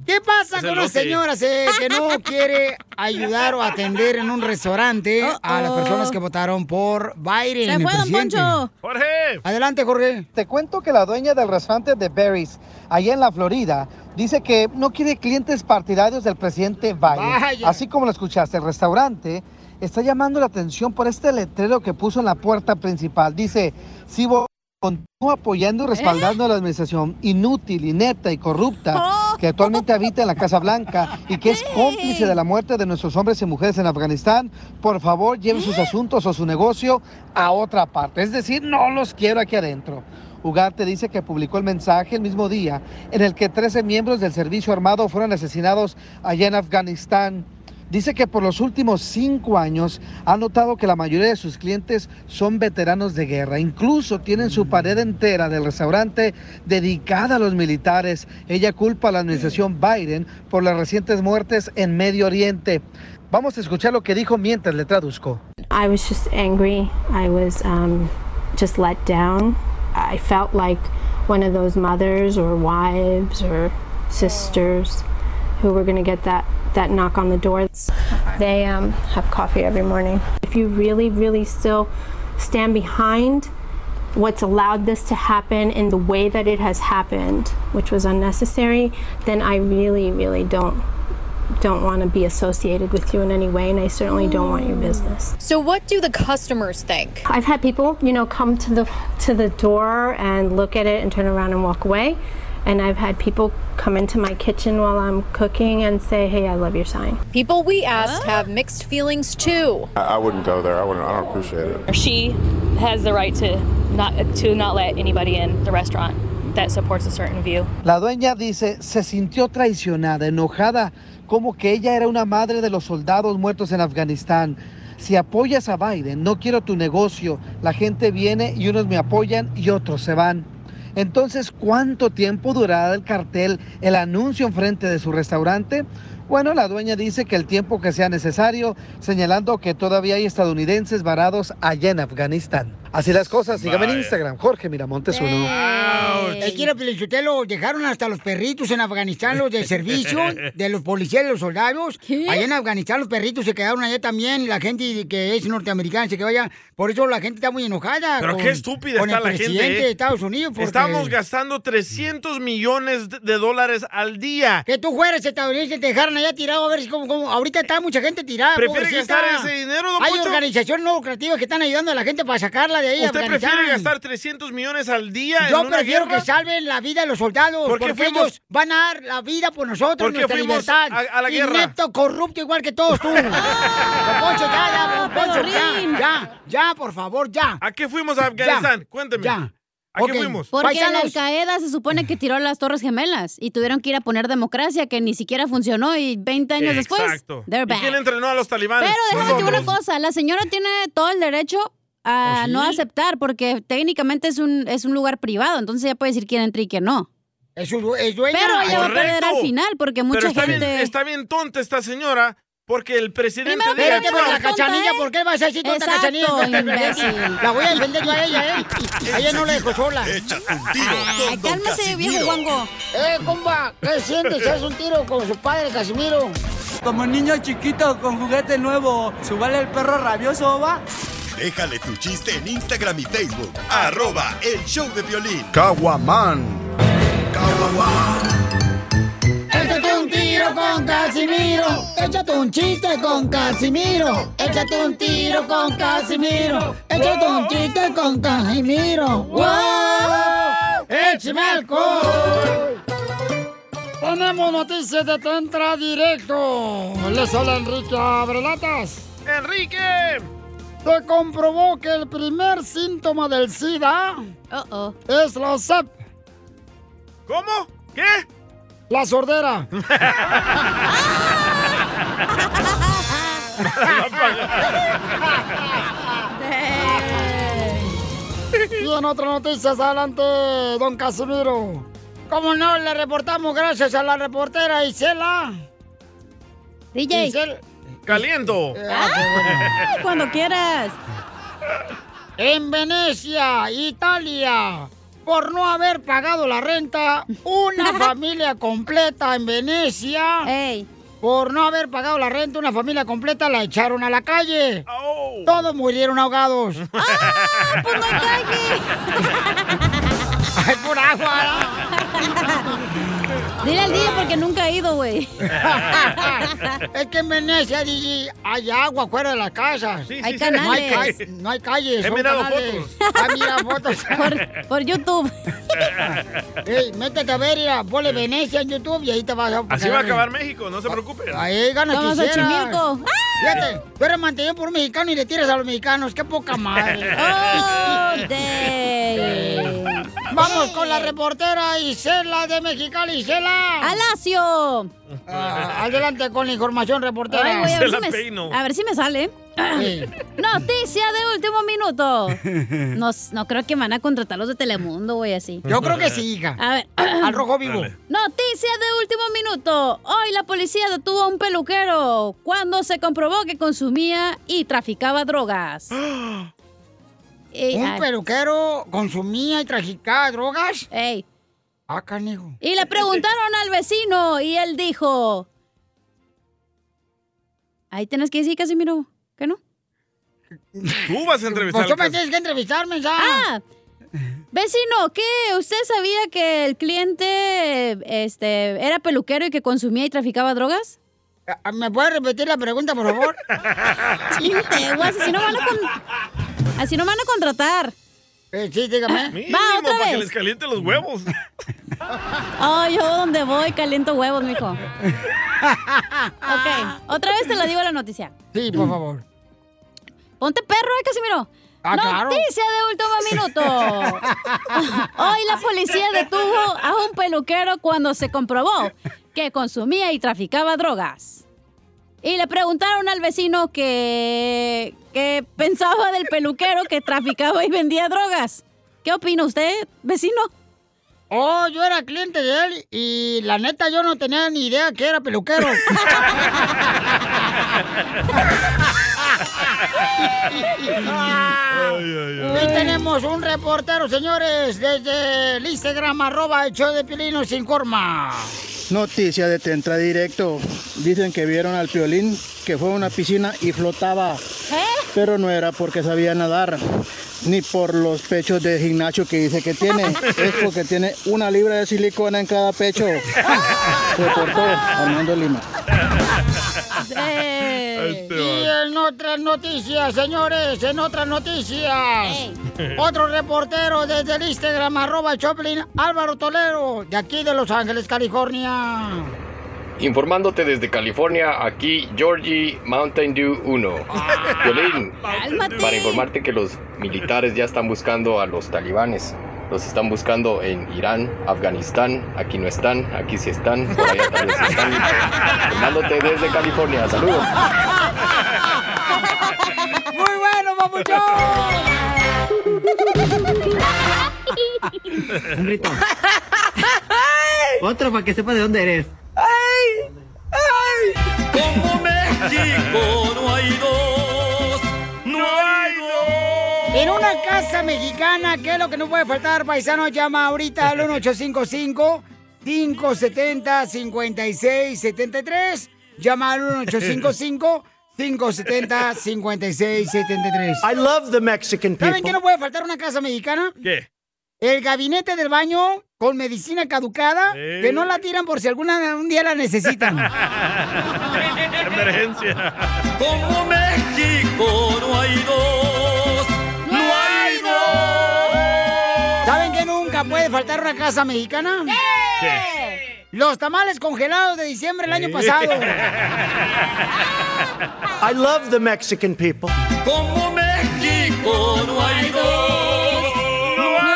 ¿Qué pasa Es con el las Loki. señoras eh, que no quiere ayudar o atender en un restaurante Oh, a las personas que votaron por Biden? Se el fue, don presidente? Poncho. Jorge. Adelante, Jorge. Te cuento que la dueña del restaurante de Berries, allá en la Florida, dice que no quiere clientes partidarios del presidente Biden. Vaya. Así como lo escuchaste, el restaurante está llamando la atención por este letrero que puso en la puerta principal. Dice, si vo- continúa apoyando y respaldando a la administración inútil, inepta y corrupta que actualmente habita en la Casa Blanca y que es cómplice de la muerte de nuestros hombres y mujeres en Afganistán, por favor lleve sus asuntos o su negocio a otra parte. Es decir, no los quiero aquí adentro. Ugarte dice que publicó el mensaje el mismo día en el que 13 miembros del servicio armado fueron asesinados allá en Afganistán. Dice que por los últimos cinco años ha notado que la mayoría de sus clientes son veteranos de guerra. Incluso tienen su pared entera del restaurante dedicada a los militares. Ella culpa a la administración Biden por las recientes muertes en Medio Oriente. Vamos a escuchar lo que dijo mientras le traduzco. I was just angry. I was um, just let down. I felt like one of those mothers or wives or sisters who were going to get that, that knock on the door. They um, have coffee every morning. If you really, really still stand behind what's allowed this to happen in the way that it has happened, which was unnecessary, then I really, really don't don't want to be associated with you in any way, and I certainly don't want your business. So, what do the customers think? I've had people, you know, come to the to the door and look at it and turn around and walk away. And I've had people come into my kitchen while I'm cooking and say, "Hey, I love your sign." People we asked Ah. have mixed feelings too. I, I wouldn't go there. I wouldn't. I don't appreciate it. She has the right to not to not let anybody in the restaurant that supports a certain view. La dueña dice, se sintió traicionada, enojada, como que ella era una madre de los soldados muertos en Afganistán. Si apoyas a Biden, no quiero tu negocio. La gente viene y unos me apoyan y otros se van. Entonces, ¿cuánto tiempo durará el cartel, el anuncio enfrente de su restaurante? Bueno, la dueña dice que el tiempo que sea necesario, señalando que todavía hay estadounidenses varados allá en Afganistán. Así las cosas, sígame en Vaya. Instagram, Jorge Miramontes uno. Es que era lo dejaron hasta los perritos en Afganistán, los de servicio, de los policías, los soldados. Allá en Afganistán los perritos se quedaron allá también, la gente que es norteamericana se quedó allá. Por eso la gente está muy enojada. Pero con- qué estúpida con está el la presidente gente. ¿eh? de Estados Unidos. porque- Estamos gastando 300 millones de- de dólares al día. Que tú fueras estadounidense, te dejaron allá tirado a ver si cómo, cómo- Ahorita está mucha gente tirada. ¿Prefiere pobrecita. gastar ese dinero, don Hay Poncho? organizaciones no lucrativas que están ayudando a la gente para sacarla de ahí. de ¿Usted Afganistán. prefiere gastar 300 millones al día Yo en una prefiero guerra? que salven la vida de los soldados. ¿Por qué porque fuimos- ellos van a dar la vida por nosotros, ¿Por qué nuestra fuimos libertad. a- a la guerra? Inepto, corrupto, igual que todos [laughs] tú. Don Poncho, ya, ya, don Poncho, ya, ya, ya, por favor, ya. ¿A qué fuimos a Afganistán? Cuénteme. Ya. ¿A qué fuimos? Porque la Al-Qaeda se supone que tiró las Torres Gemelas y tuvieron que ir a poner democracia que ni siquiera funcionó y 20 años Exacto. después, they're ¿Y back. quién entrenó a los talibanes? Pues Pero déjame decir una Nosotros. cosa, la señora tiene todo el derecho a ¿Oh, no aceptar porque técnicamente es un, es un lugar privado, entonces ella puede decir quién entra y quién no. Es, dueña. Pero ella va a perder Correcto. al final porque mucha Pero está gente... Bien, está bien tonta esta señora porque el presidente Primero que diga, nada, "No, por la Cachanilla, ¿por qué vas a decir tonta Exacto, cachanilla? La voy a defender yo a ella, [laughs] ¿eh? A ella no la dejo sola. Ay, cálmese, viejo guango. Eh, compa, ¿qué sientes? ¿Haz un tiro con su padre, Casimiro? Como niño chiquito con juguete nuevo, ¿subale el perro rabioso va? Déjale tu chiste en Instagram y Facebook. Arroba el show de violín. Caguaman. Échate un tiro con Casimiro. Échate un chiste con Casimiro. Échate un tiro con Casimiro. Échate un chiste con Casimiro. ¡Wow! ¡Échame alcohol! Tenemos noticias de Tentra Directo. Les habla Enrique Abrelatas. ¡Enrique! Se comprobó que el primer síntoma del SIDA es la SEP. ¿Cómo? ¿Qué? La sordera. [laughs] ¡Ah! Y en otras noticias, adelante, don Casimiro. ¿Cómo no? Le reportamos gracias a la reportera Isela. DJ. Isel- Caliento. Ah, cuando quieras. En Venecia, Italia, por no haber pagado la renta, una [laughs] familia completa en Venecia. Por no haber pagado la renta, una familia completa la echaron a la calle. Oh. Todos [laughs] murieron ahogados. ¡Ah! ¡Por la calle! ¡Ay, por agua! Dile al día porque nunca he ido, güey. es que en Venecia DJ, hay agua fuera de las casas. Hay sí, sí. canales. No hay, ca- no hay calles. He son mirado canales. fotos. Ah, mira fotos. [laughs] Por, por YouTube. Ey, métete a ver, mira, ponle Venecia en YouTube y ahí te vas a... Así va a acabar [laughs] México, no se preocupe. Ahí gana Vamos a quisiera. Xochimilco. Fíjate, tú eres mantenido por un mexicano y le tiras a los mexicanos. ¡Qué poca madre! [laughs] Oh, day. Vamos con la reportera Isela de Mexicali. Isela. ¡Alacio! Ah, adelante con la información, reportera. Ay, güey, a, ver si me, a ver si me sale. [laughs] Noticia de último minuto. No, no creo que me van a contratar los de Telemundo, güey, así. Yo creo que sí, hija. A ver. Al rojo vivo. Noticia de último minuto. Hoy la policía detuvo a un peluquero cuando se comprobó que consumía y traficaba drogas. Y- ¿Un ah, peluquero consumía y trajicaba drogas? ¡Ey! Ah, canijo. Y le preguntaron al vecino y él dijo... Ahí tienes que decir, Casimiro, ¿qué no? Tú vas a entrevistar Pues tú al me cas- tienes que entrevistarme ya. Ah, vecino, ¿qué? ¿Usted sabía que el cliente este, era peluquero y que consumía y traficaba drogas? Ah, ¿Me puede repetir la pregunta, por favor? Chinte, guas, así Pues, no van a, con- así no van a contratar. Eh, sí, dígame. Mínimo, Va, para otra que les vez. caliente los huevos. Oh, yo donde voy caliento huevos, [laughs] mijo. ok, otra vez te la digo la noticia. Sí, por favor. Ponte perro, eh, Casimiro. Ah, claro. Noticia de último minuto. [laughs] Hoy la policía detuvo a un peluquero cuando se comprobó que consumía y traficaba drogas. Y le preguntaron al vecino que, que pensaba del peluquero que traficaba y vendía drogas. ¿Qué opina usted, vecino? Oh, yo era cliente de él y la neta yo no tenía ni idea que [laughs] era peluquero. Y tenemos un reportero, señores, desde el Instagram, arroba el show de Pilino sin corma. Noticia de Tentra Directo. Dicen que vieron al Piolín que fue a una piscina y flotaba. ¿Eh? Pero no era porque sabía nadar, ni por los pechos de gimnasio que dice que [laughs] tiene. Es porque tiene una libra de silicona en cada [laughs] pecho. Reportó Armando Lima. Y en otras noticias, señores, en otras noticias. Otro reportero desde el Instagram, arroba Choplin, Álvaro Tolero, de aquí de Los Ángeles, California. Informándote desde California, aquí Georgie Mountain Dew 1. Violín, Cálmate. para informarte que los militares ya están buscando a los talibanes. Los están buscando en Irán, Afganistán. Aquí no están, aquí sí están, por allá también sí están. Mandándote desde California. Saludos. ¡Muy bueno, papuchón! Un grito. [laughs] Otro para que sepa de dónde eres. ¡Ay! ¡Ay! Como México no hay dos, no hay En una casa mexicana, ¿qué es lo que no puede faltar, paisano? Llama ahorita al 1855-570-5673. Llama al 1855-570-5673. I love the Mexican ¿Saben people. qué no puede faltar en una casa mexicana? ¿Qué? El gabinete del baño con medicina caducada, Sí. que no la tiran por si alguna un día la [laughs] necesitan. Emergencia. Como México no hay dos, no hay dos. ¿Saben que nunca puede faltar una casa mexicana? Los tamales congelados de diciembre del año pasado. I love the Mexican people. Como México no hay dos, no hay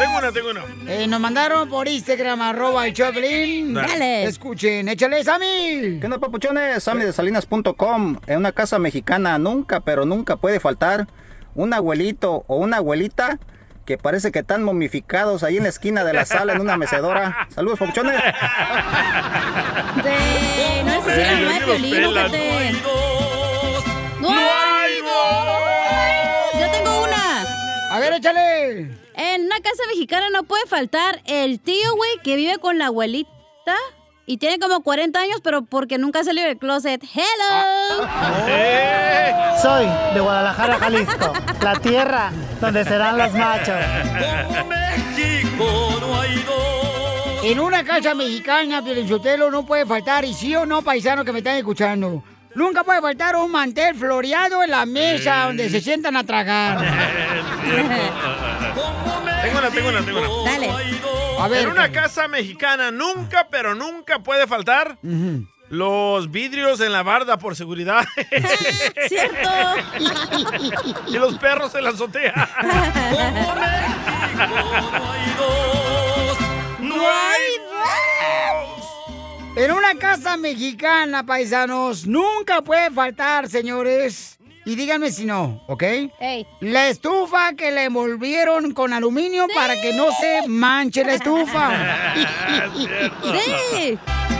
Tengo una, tengo una. Eh, nos mandaron por Instagram, arroba el Choplin. Dale. Escuchen, échale, Sammy. ¿Qué onda, papuchones? Sammy de Salinas.com. En una casa mexicana nunca, pero nunca puede faltar un abuelito o una abuelita que parece que están momificados ahí en la esquina de la sala en una mecedora. Saludos, [laughs] papuchones. Este, [laughs] no es así la mamá de Piolín, ojete. ¡No hay dos! Yo tengo una. A ver, échale. En una casa mexicana no puede faltar el tío, güey, que vive con la abuelita y tiene como 40 años, pero porque nunca salió del closet. ¡Hello! [laughs] Ah. Soy de Guadalajara, Jalisco, la tierra donde serán los machos. Como México no hay dos. En una casa mexicana, Pielinchotelo, no puede faltar, y sí o no, paisano que me están escuchando. Nunca puede faltar un mantel floreado en la mesa Sí. donde se sientan a [laughs] tragar. Tengo una, tengo una, tengo una. Dale. A ver. en una casa mexicana nunca, pero nunca puede faltar los vidrios en la barda por seguridad. Cierto. y los perros en la azotea. No hay En una casa mexicana, paisanos, nunca puede faltar, señores. Y díganme si no, ¿ok? La estufa que le envolvieron con aluminio para que no se manche la estufa. [laughs] Sí.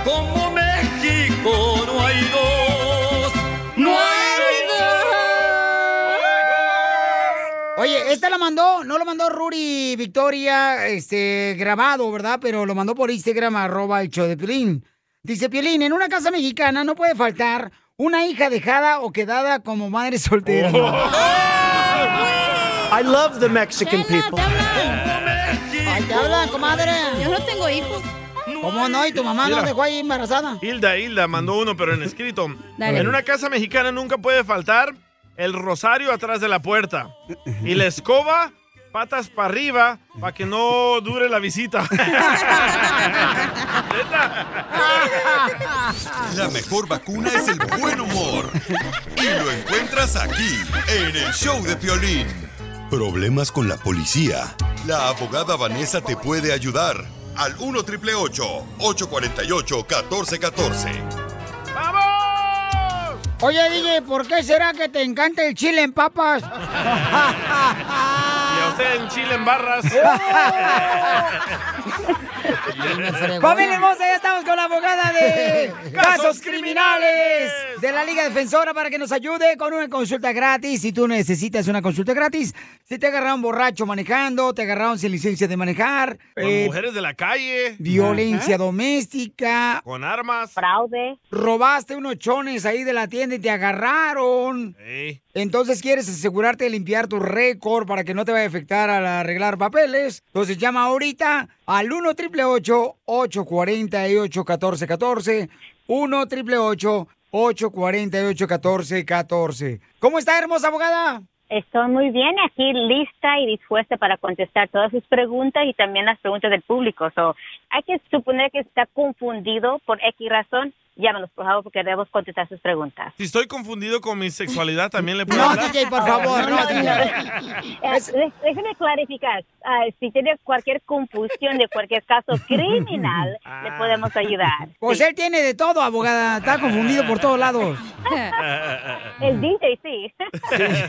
Como México no hay dos, no hay Oye, esta la mandó, no lo mandó Ruri Victoria, este, grabado, ¿verdad? Pero lo mandó por Instagram, arroba el show de Piolín. Dice Piolín, en una casa mexicana no puede faltar una hija dejada o quedada como madre soltera. Oh. I love the Mexican people. Ay, te hablan, comadre. Yo no tengo hijos. ¿Cómo no? ¿Y tu mamá Mira. no dejó ahí embarazada? Hilda, Hilda mandó uno, pero en escrito. Dale. En una casa mexicana nunca puede faltar el rosario atrás de la puerta y la escoba patas para arriba para que no dure la [laughs] visita. [laughs] La mejor vacuna es el buen humor. Y lo encuentras aquí, en el show de Piolín. Problemas con la policía. La abogada Vanessa te puede ayudar. Al 1 triple 848 1414. Oye, DJ, ¿por qué será que te encanta el chile en papas? y a usted en Chile en barras. Familia hermosa, Pues ya estamos con la abogada de [laughs] casos criminales de la Liga Defensora para que nos ayude con una consulta gratis. Si tú necesitas una consulta gratis, si te agarraron borracho manejando, te agarraron sin licencia de manejar, [laughs] Con eh, mujeres de la calle. violencia doméstica, Con armas. fraude, robaste unos chones ahí de la tienda y te agarraron. Ey. Entonces quieres asegurarte de limpiar tu récord para que no te vaya a afectar al arreglar papeles. Entonces llama ahorita al 1 888 848 1414 1 888 848 1414 ¿Cómo está, hermosa abogada? Estoy muy bien aquí, lista y dispuesta para contestar todas sus preguntas y también las preguntas del público. So, hay que suponer que está confundido por X razón. Llámanos, por favor, porque debemos contestar [laughs] sus preguntas. Si estoy confundido con mi sexualidad, también le puedo No, hablar? DJ, por favor, no, Eh, dé- déjeme clarificar. ah, si tiene cualquier confusión de cualquier caso [laughs] criminal, le podemos ayudar. Pues él tiene de todo, abogada. Está confundido por [laughs] todos lados. El DJ, sí.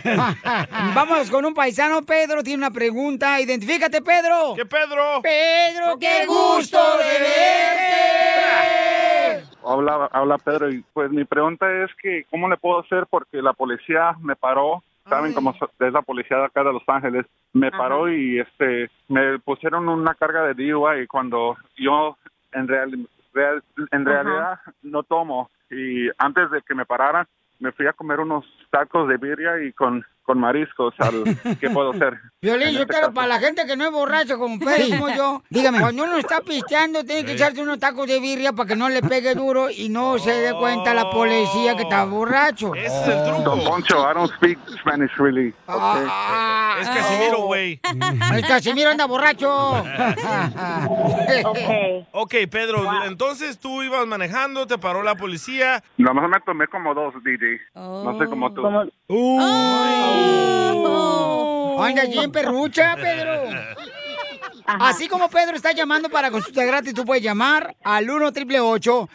[laughs] Vamos con un paisano. Pedro tiene una pregunta. Identifícate, Pedro. ¿Qué Pedro? Pedro, qué gusto de verte. Habla, habla Pedro y pues mi pregunta es que cómo le puedo hacer porque la policía me paró, saben cómo so- es la policía de acá de Los Ángeles, me paró y este me pusieron una carga de DUI y cuando yo en real, real- en Ajá. realidad no tomo y antes de que me pararan me fui a comer unos tacos de birria y con con mariscos [laughs] al que puedo hacer. Violín, En yo este claro, caso. para la gente que no es borracho como Pedro, Sí. como yo. Dígame. Cuando uno está pisteando, tiene que Sí. echarse unos tacos de birria para que no le pegue duro y no se dé cuenta la policía que está borracho. Don Poncho, I don't speak Spanish really. Okay. Es Casimiro, güey. El Casimiro anda borracho. Ok, Pedro, entonces tú ibas manejando, te paró la policía. Nomás me tomé como dos, DJ. No sé cómo tú. Anda bien perrucha, Pedro. Así como Pedro está llamando para consulta gratis, tú puedes llamar al 1 888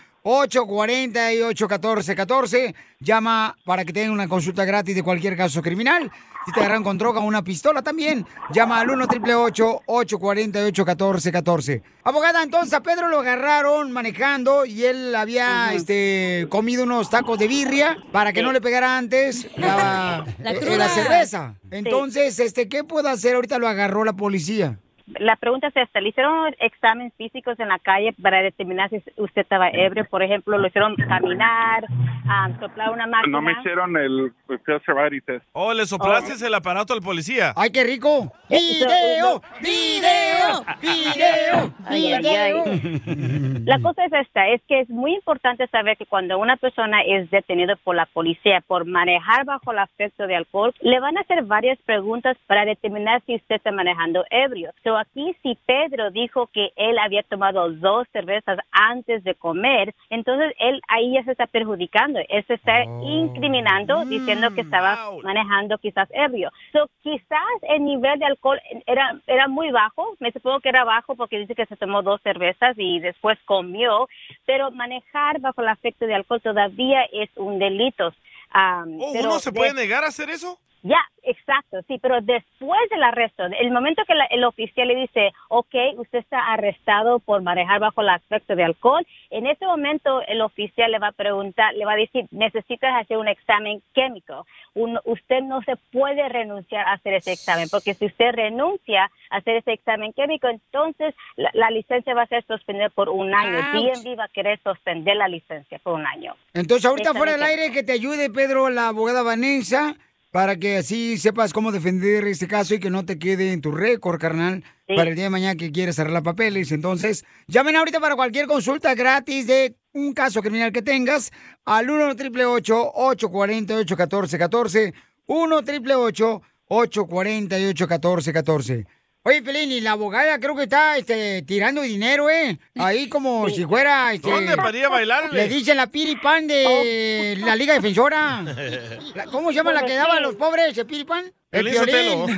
848 1414 Llama para que tengan una consulta gratis de cualquier caso criminal. Si te agarran con droga o una pistola también, llama al 1 888 848 1414 Abogada, entonces a Pedro lo agarraron manejando y él había este, comido unos tacos de birria para que no le pegara antes la, La eh, eh, cruda. la cerveza. Sí. Entonces, este, ¿qué puedo hacer? Ahorita lo agarró la policía. La pregunta es esta, ¿le hicieron exámenes físicos en la calle para determinar si usted estaba ebrio? Por ejemplo, ¿lo hicieron caminar, ah, soplar una máquina? No me hicieron el pues, Phil Cervantes test. Oh, le soplaste el aparato al policía. ¡Ay, qué [laughs] rico! eh, ¡Video! Eh, ¡Video! ¡Video! Ay, ay, ay. La cosa es esta, es que es muy importante saber que cuando una persona es detenida por la policía por manejar bajo el afecto de alcohol, le van a hacer varias preguntas para determinar si usted está manejando ebrio. So aquí si Pedro dijo que él había tomado dos cervezas antes de comer, entonces él ahí ya se está perjudicando, él se está Oh. incriminando diciendo que estaba manejando quizás ebrio. So quizás el nivel de alcohol era era muy bajo, me supongo que era bajo porque dice que se tomó dos cervezas y después comió, pero manejar bajo el afecto de alcohol todavía es un delito. Am, Oh, pero ¿Uno se puede de- negar a hacer eso? ya, exacto, sí, pero después del arresto, el momento que la- el oficial le dice, ok, usted está arrestado por manejar bajo el aspecto de alcohol, en ese momento el oficial le va a preguntar, le va a decir, necesitas hacer un examen químico. Un- usted no se puede renunciar a hacer ese examen, porque si usted renuncia a hacer ese examen químico, entonces la, la licencia va a ser suspendida por un año. Ouch. DMV va a querer suspender la licencia por un año. Entonces, ahorita fuera del Exactamente. aire que te ayude, Pedro, la abogada Vanessa, para que así sepas cómo defender este caso y que no te quede en tu récord, carnal, para el día de mañana que quieres arreglar papeles. Entonces, llamen ahorita para cualquier consulta gratis de un caso criminal que tengas al 1 888 848 1414 1 888 848 1414 Oye, Pelín, y la abogada creo que está este, tirando dinero, ¿eh? Ahí como si fuera... Este, ¿Dónde para ir a bailarle? Oh. Le dicen la piripan de la Liga Defensora. La- ¿Cómo se llama la que daba a los pobres? eh, ¿El piripan? [laughs] Piolín Sotelo.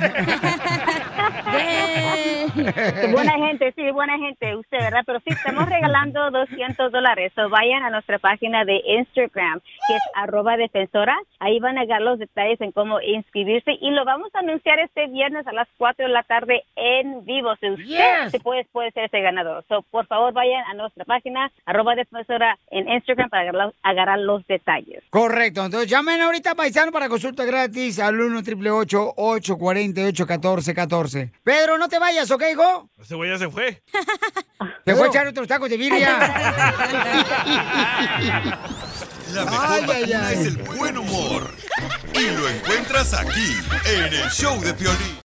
buena gente, sí, buena gente, usted, ¿verdad? Pero sí, estamos regalando 200 dólares. So vayan a nuestra página de Instagram, que es arroba defensora. Ahí van a dar los detalles en cómo inscribirse. Y lo vamos a anunciar este viernes a las 4 de la tarde en vivo. Si usted Yes. se puede, puede ser ese ganador. So, por favor, vayan a nuestra página, arroba defensora en Instagram para agarrar- agarrar los detalles. Correcto, entonces llamen ahorita paisano para consulta gratis al 1 888 848 1414 Pedro, no te vayas, ¿ok, hijo? Ese güey ya se fue. Te voy a echar otros tacos de birria. [laughs] [laughs] La mejor Ay, ay, vacuna ay. es el buen humor. Y lo encuentras aquí, en el show de Piolín.